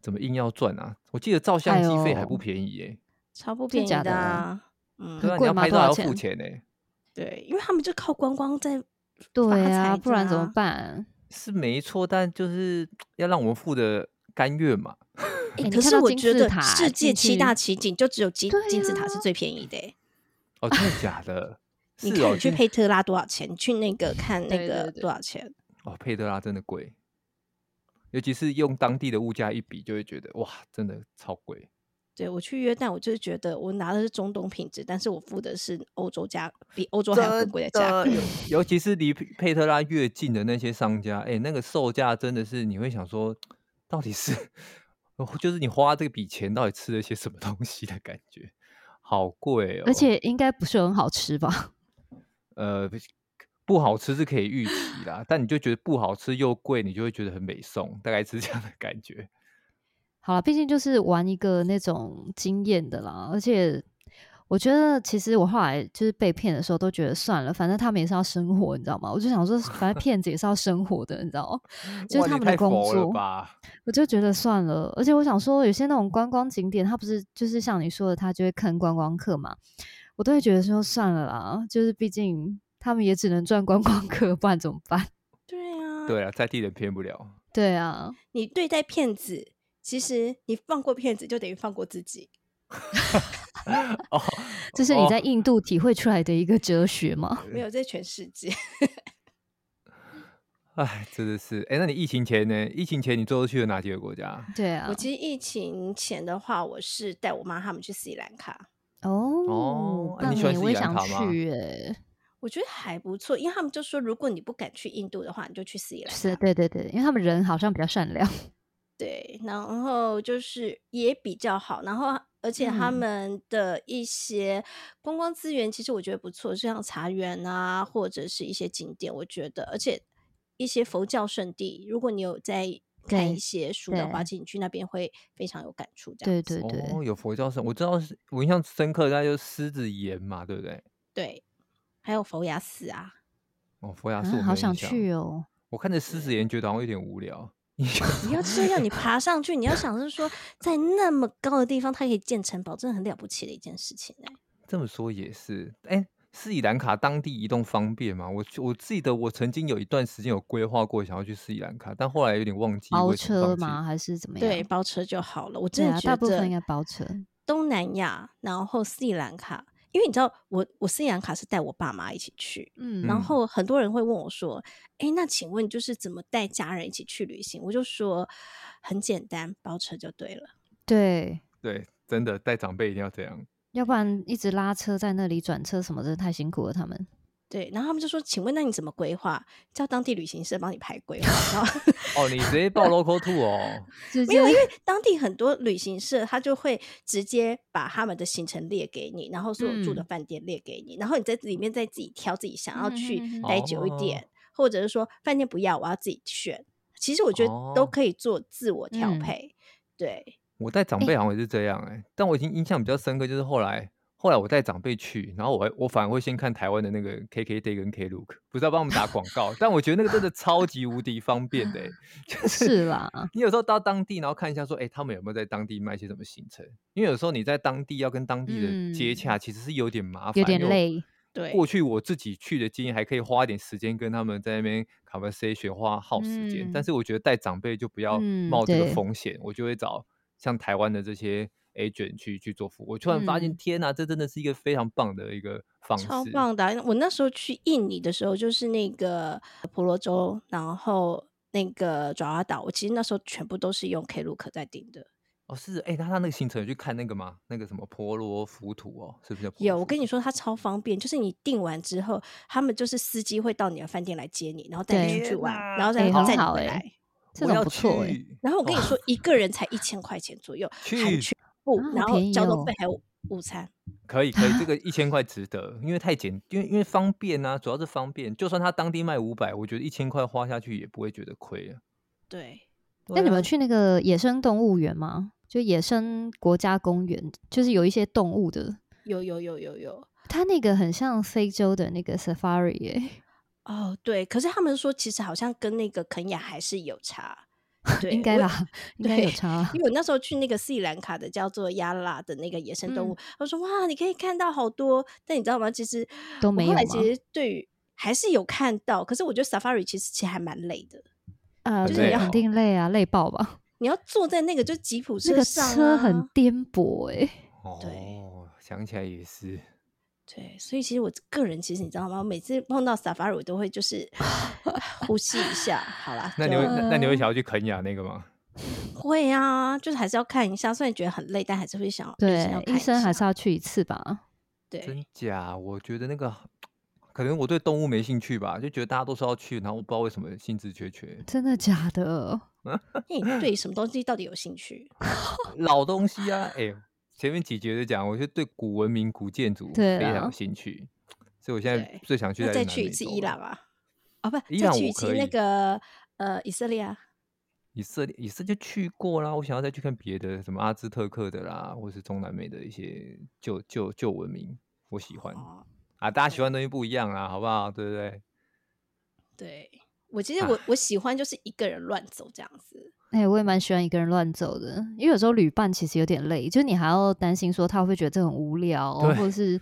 S2: 怎么硬要赚啊？我记得照相机费还
S1: 哎
S2: 不
S1: 呦
S2: 便宜耶、
S3: 超不
S1: 真
S3: 便宜
S1: 假
S3: 的
S1: 的
S3: 啊。嗯
S2: 对，啊，你
S1: 贵
S2: 要
S1: 吗
S2: 拍
S1: 多
S2: 照还
S1: 少
S2: 要付
S1: 钱
S2: 钱呢、
S3: 对，因为他们就靠观光在
S1: 对
S3: 发
S1: 啊，
S3: 财
S1: 不然怎么
S3: 的啊
S1: 办？
S2: 是没错，但就是要让我们付的甘愿嘛。
S1: 哎你
S3: 可
S1: 看
S3: 是
S1: 到
S3: 我
S1: 金
S3: 觉
S1: 字
S3: 得
S1: 塔
S3: 世界
S1: 进
S3: 七大
S1: 去
S3: 奇景就只有金、
S1: 对
S3: 金字塔是
S1: 啊
S3: 最便宜的欸、
S2: 哦，真的假的？
S3: 你
S2: 是
S3: 看
S2: 哦，
S3: 你去
S2: 金
S3: 佩特拉多少钱？你去那个
S1: [LAUGHS]
S3: 看那
S1: 对对
S3: 个
S1: 对
S3: 多少钱？
S2: 哦，佩德拉真的贵，尤其是用当地的物价一比，就会觉得哇，真的超贵。
S3: 对我去约旦，我就是觉得我拿的是中东品质，但是我付的是欧洲价，比欧洲还要更贵的价格。 [LAUGHS]
S2: 尤尤其是离佩佩特拉越近的那些商家，哎、那个售价真的是你会想说，到底是哦就是你花这笔钱到底吃了些什么东西的感觉，好贵哦。
S1: 而且应该不是很好吃吧？ [LAUGHS]
S2: 呃，不不好吃是可以预期啦，但你就觉得不好吃又贵，你就会觉得很美送，大概是这样的感觉。
S1: 好了，毕竟就是玩一个那种经验的啦。而且我觉得，其实我后来就是被骗的时候，都觉得算了，反正他们也是要生活，你知道吗？我就想说，反正骗子也是要生活的，你知道吗？ [LAUGHS] 就是
S2: 哇
S1: 他
S2: 你
S1: 们的
S2: 太
S1: 工
S2: 佛了
S1: 作
S2: 吧？
S1: 我就觉得算了，而且我想说，有些那种观光景点，它不是就是像你说的，它就会坑观光客嘛，我都会觉得说算了啦，就是毕竟他们也只能赚观光客，不然怎么办？ [LAUGHS]
S3: 对啊，
S2: 对啊，在地人骗不了。
S1: 对啊，
S3: 你对待骗子，其实你放过骗子，就等于放过自己。
S2: 哦，
S1: 这是你在
S2: 哦
S1: 印度体会出来的一个哲学吗？
S3: 没有，这全世界。
S2: 哎，真的是哎，那你疫情前呢？疫情前你最后去了哪几个国家？
S1: 对啊
S3: 我，其实疫情前的话，我是带我妈他们去斯里兰卡，
S1: 哦
S2: 哦，
S1: 那
S2: 你喜欢斯
S1: 我也
S2: 里兰
S1: 想
S2: 卡吗
S1: 去诶、
S3: 我觉得还不错，因为他们就说，如果你不敢去印度的话，你就去斯里兰
S1: 是，
S3: 卡。
S1: 对对对，因为他们人好像比较善良，
S3: 对，然后就是也比较好，然后而且他
S1: 嗯
S3: 们的一些观光资源，其实我觉得不错，像茶园啊，或者是一些景点，我觉得，而且一些佛教圣地，如果你有在看
S1: 对
S3: 一些书的话，
S1: 对
S3: 其实你去那边会非常有感触。这
S1: 对
S3: 样子，
S1: 对对，
S2: 哦，有佛教圣，我知道是，我印象深刻的那就是狮子岩嘛，对不对？
S3: 对，还有佛牙寺
S1: [LAUGHS]
S3: 啊，
S2: 哦，佛牙寺我
S1: 啊，
S2: 没
S1: 好
S2: 有
S1: 想
S2: 印象
S1: 去。哦，
S2: 我看着狮子岩，觉得好像有点无聊。
S3: 你要这样，你爬上去，你要想是说，在那么高的地方，它可以建城堡，真的很了不起的一件事情哎、
S2: 这么说也是，哎，斯里兰卡当地移动方便吗？我我记得我曾经有一段时间有规划过想要去斯里兰卡，但后来有点忘记
S1: 包
S2: 为什么
S1: 车
S2: 放弃
S1: 吗？？还是怎么样？
S3: 对，包车就好了。我
S1: 对
S3: 真的
S1: 啊
S3: 觉得、
S1: 大部分应该包车。
S3: 东南亚，然后斯里兰卡，因为你知道，我我斯里兰卡是带我爸妈一起去，
S1: 嗯，
S3: 然
S2: 嗯
S3: 后很多人会问我说：“哎、那请问就是怎么带家人一起去旅行？”我就说很简单，包车就对了。
S1: 对，
S2: 对，真的带长辈一定要这样。
S1: 要不然一直拉车在那里转车什么的，太辛苦了他们。
S3: 对，然后他们就说：“请问那你怎么规划？叫当地旅行社帮你排规划。”然后
S2: 哦，你直接报 local two 哦。
S1: 直
S3: 没
S1: [LAUGHS]
S3: 有，因为当地很多旅行社，他就会直接把他们的行程列给你，然后所有住的
S1: 嗯
S3: 饭店列给你，然后你在里面再自己挑自己想要
S1: 嗯
S3: 去
S1: 嗯嗯嗯
S3: 待久一
S2: 哦
S3: 点，或者是说饭店不要，我要自己选。其实我觉得都
S2: 哦
S3: 可以做自我调
S1: 嗯
S3: 配，对，
S2: 我带长辈好像也是这样哎、但我已经印象比较深刻，就是后来后来我带长辈去，然后我还我反而会先看台湾的那个 KKday 跟 Klook，不是要帮我们打
S1: [LAUGHS]
S2: 广告，但我觉得那个真的超级无敌方便的、欸，就是
S1: 是啦，
S2: 你有时候到当地，然后看一下说，哎、他们有没有在当地卖一些什么行程？因为有时候你在当地要跟当地人接
S1: 嗯
S2: 洽，其实是有点麻烦，
S1: 有点
S2: 因为
S1: 累。
S3: 对，
S2: 过去我自己去的经验，还可以花一点时间跟他们在那边 conversation 花耗时间。但
S1: 嗯
S2: 是我觉得带长辈就不要
S1: 嗯
S2: 冒这个
S1: 对
S2: 风险，我就会找像台湾的这些 agent 去去做服务。我突然发现，
S1: 嗯
S2: 天哪，这真的是一个非常棒的一个方式。
S3: 超棒的啊、我那时候去印尼的时候，就是那个婆罗洲，然后那个爪哇岛，我其实那时候全部都是用 Klook 在订的。
S2: 哦，是哎，那他那个行程有去看那个吗？那个什么婆罗浮屠哦，是不是叫婆罗
S3: 有，我
S2: 浮
S3: 跟你
S2: 屠
S3: 说，它超方便，就是你订完之后，他们就是司机会到你的饭店来接你，然后带你出
S2: 对
S3: 去玩
S2: 天，
S3: 然后再
S1: 欸很
S3: 再
S1: 好
S3: 回
S1: 欸
S3: 来。
S1: 这
S2: 我
S1: 种
S2: 要
S1: 不错哎、
S2: 去
S3: 然后我跟你
S2: 哇
S3: 说，一个人才一千块钱左右，含
S2: 去
S3: 全部，
S1: 啊好
S3: 然后
S1: 便宜
S3: 交通
S1: 哦
S3: 费还有午餐。
S2: 可以可以，这个一千块值得，因为太简，因为因为方便啊，主要是方便。就算他当地卖五百，我觉得一千块花下去也不会觉得亏啊。
S3: 对，
S1: 那你
S2: 对啊
S1: 们去那个野生动物园吗？就野生国家公园，就是有一些动物的，
S3: 有有有有有。
S1: 它那个很像非洲的那个 safari 耶、
S3: 哦，对，可是他们说其实好像跟那个肯雅还是有差，对，
S1: [LAUGHS] 应该
S3: 我
S1: 啦， [LAUGHS] 应该有
S3: 对
S1: 差啊。
S3: 因为我那时候去那个斯里兰卡的叫做亚拉的那个野生动
S1: 嗯
S3: 物，他说哇，你可以看到好多，但你知道吗？其实
S1: 都
S3: 我
S1: 没
S3: 后
S1: 有
S3: 来
S1: 吗
S3: 其实对于还是有看到，可是我觉得 safari 其实其实还蛮累的，
S1: 啊，
S3: 就是
S1: 对
S3: 你要
S1: 肯定累啊，累爆吧？
S3: 你要坐在那个就吉普
S1: 那
S3: 车
S1: 个
S3: 上、啊，
S1: 车很颠簸哎、
S3: 对
S2: 哦，想起来也是，
S3: 对，所以其实我个人其实你知道吗？我每次碰到 safari 我都会就是 [LAUGHS] 呼吸一下，好啦，
S2: 那你
S3: 就
S2: 会那那你会
S3: 啊
S1: 嗯
S2: 想要去肯雅那个吗？
S3: 会啊，就是还是要看一下，虽然觉得很累，但还是会想
S1: 对，
S3: 医
S1: 医生还
S3: 要看一
S1: 是
S3: 下
S1: 要去一次吧。
S3: 对
S2: 真假？我觉得那个可能我对动物没兴趣吧，就觉得大家都说要去，然后我不知道为什么兴致缺缺。
S1: 真的假的？
S3: 那你对什么东西到底有兴趣？
S2: 老东西啊，哎、前面几节就讲，我就对古文明、古建筑
S1: 对
S2: 非常有
S1: 啦
S2: 兴趣，所以我现在
S3: 啊对
S2: 最想去
S3: 那
S2: 的还
S3: 再
S2: 是南
S3: 去一
S2: 美
S3: 次
S2: 洲
S3: 伊
S2: 了
S3: 朗啊？哦，不，
S2: 伊
S3: 再
S2: 朗
S3: 去
S2: 我
S3: 一次
S2: 可
S3: 那
S2: 以
S3: 个呃以色列啊？
S2: 以色列，以色列就去过啦。我想要再去看别的，什么阿兹特克的啦，或是中南美的一些旧旧旧文明，我喜欢
S3: 哦，
S2: 啊。大家喜欢的东西不一样啦，好不好？对不对？
S3: 对，我其实我
S2: 啊
S3: 我喜欢就是一个人乱走这样子。
S1: 哎、我也蛮喜欢一个人乱走的，因为有时候旅伴其实有点累，就是你还要担心说他会不会觉得这很无聊，
S2: 对
S1: 或者是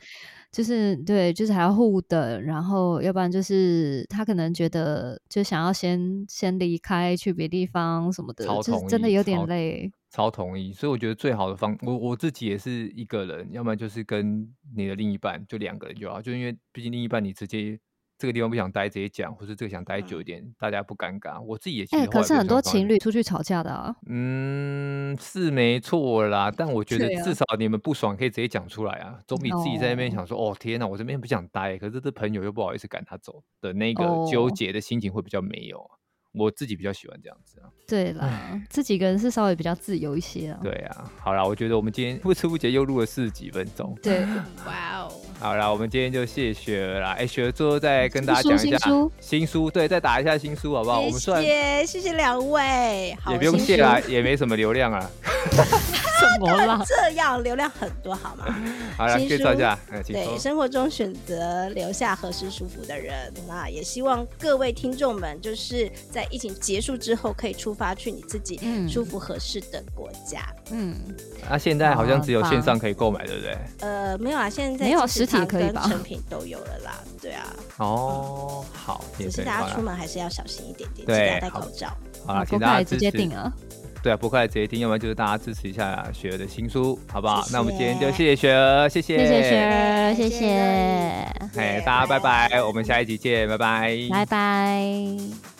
S1: 就是对，就是还要互等，然后要不然就是他可能觉得就想要先先离开去别地方什么的，
S2: 超
S1: 就是
S2: 同意，
S1: 真的有点
S2: 超
S1: 累。，
S2: 超同意。所以我觉得最好的方，我我自己也是一个人，要么就是跟你的另一半，就两个人就好，就因为毕竟另一半你直接。这个地方不想待，直接讲，或是这个想待久一点，大家不尴尬。我自己也其
S1: 嗯哎、
S2: 实后
S1: 可
S2: 来
S1: 是
S2: 变
S1: 很
S2: 成
S1: 多
S2: 方案
S1: 情侣出去吵架的啊，
S2: 嗯，是没错啦，但我觉得
S1: 对啊
S2: 至少你们不爽可以直接讲出来啊，总比自己在那边
S1: 哦
S2: 想说哦天哪，我这边不想待，可是这朋友又不好意思赶他走的那个纠
S1: 哦
S2: 结的心情会比较没有啊。我自己比较喜欢这样子啊，
S1: 对啦，自己一个人是稍微比较自由一些啊。
S2: 对啊，好啦，我觉得我们今天不知不觉又录了四十几分钟， [LAUGHS]
S1: 对，
S3: 哇哦，
S2: 好啦，我们今天就谢谢雪儿啦，哎、雪儿最后再跟大家
S1: 新书
S2: 讲一下
S1: 新书
S2: 新书，对，再打一下新书好不好？我们虽然
S3: 谢谢谢谢两位，好
S2: 也不用
S3: 新
S2: 谢
S3: 书
S2: 啦，也没什么流量啊，
S1: 什么
S2: [LAUGHS]
S1: 啦？
S3: 这样流量很多好吗？
S2: 好啦，
S3: 新
S2: 介绍一
S3: 书
S2: 下，哎、 [LAUGHS] 请
S3: 对，
S2: 说。
S3: 生活中选择留下合适舒服的人，那也希望各位听众们，就是在疫情结束之后，可以出发去你自己
S1: 嗯
S3: 舒服合适的国家。
S1: 嗯，
S2: 那、啊现在好像
S1: 好
S2: 只有线
S1: 棒
S2: 上可以购买，对不对？
S3: 呃，没有啊，现在
S1: 没有
S3: 其实
S1: 实体
S3: 它
S1: 可以
S3: 跟
S1: 吧
S3: 成品都有了啦，对啊，
S2: 哦，好，也
S3: 只是
S2: 对
S3: 大
S2: 好
S3: 家出
S2: 啦，
S3: 门还是要小心一点点，记
S2: 对
S3: 得要戴
S2: 好
S3: 口罩。
S2: 好啦，
S1: 不
S2: 请
S1: 过
S2: 大家
S1: 直
S2: 支
S1: 接
S2: 持，
S1: 定啊。
S2: 对啊，不快直接听，要不然就是大家支持一下雪儿的新书，好不好？那我们今天就
S3: 谢
S2: 谢谢雪儿，谢谢
S1: 谢谢雪儿，
S3: 谢
S1: 谢
S3: 谢
S1: 谢，
S2: 哎，
S3: Yeah，
S2: 大家拜
S3: 拜
S2: 拜，我们下一集见，拜拜，
S1: 拜拜。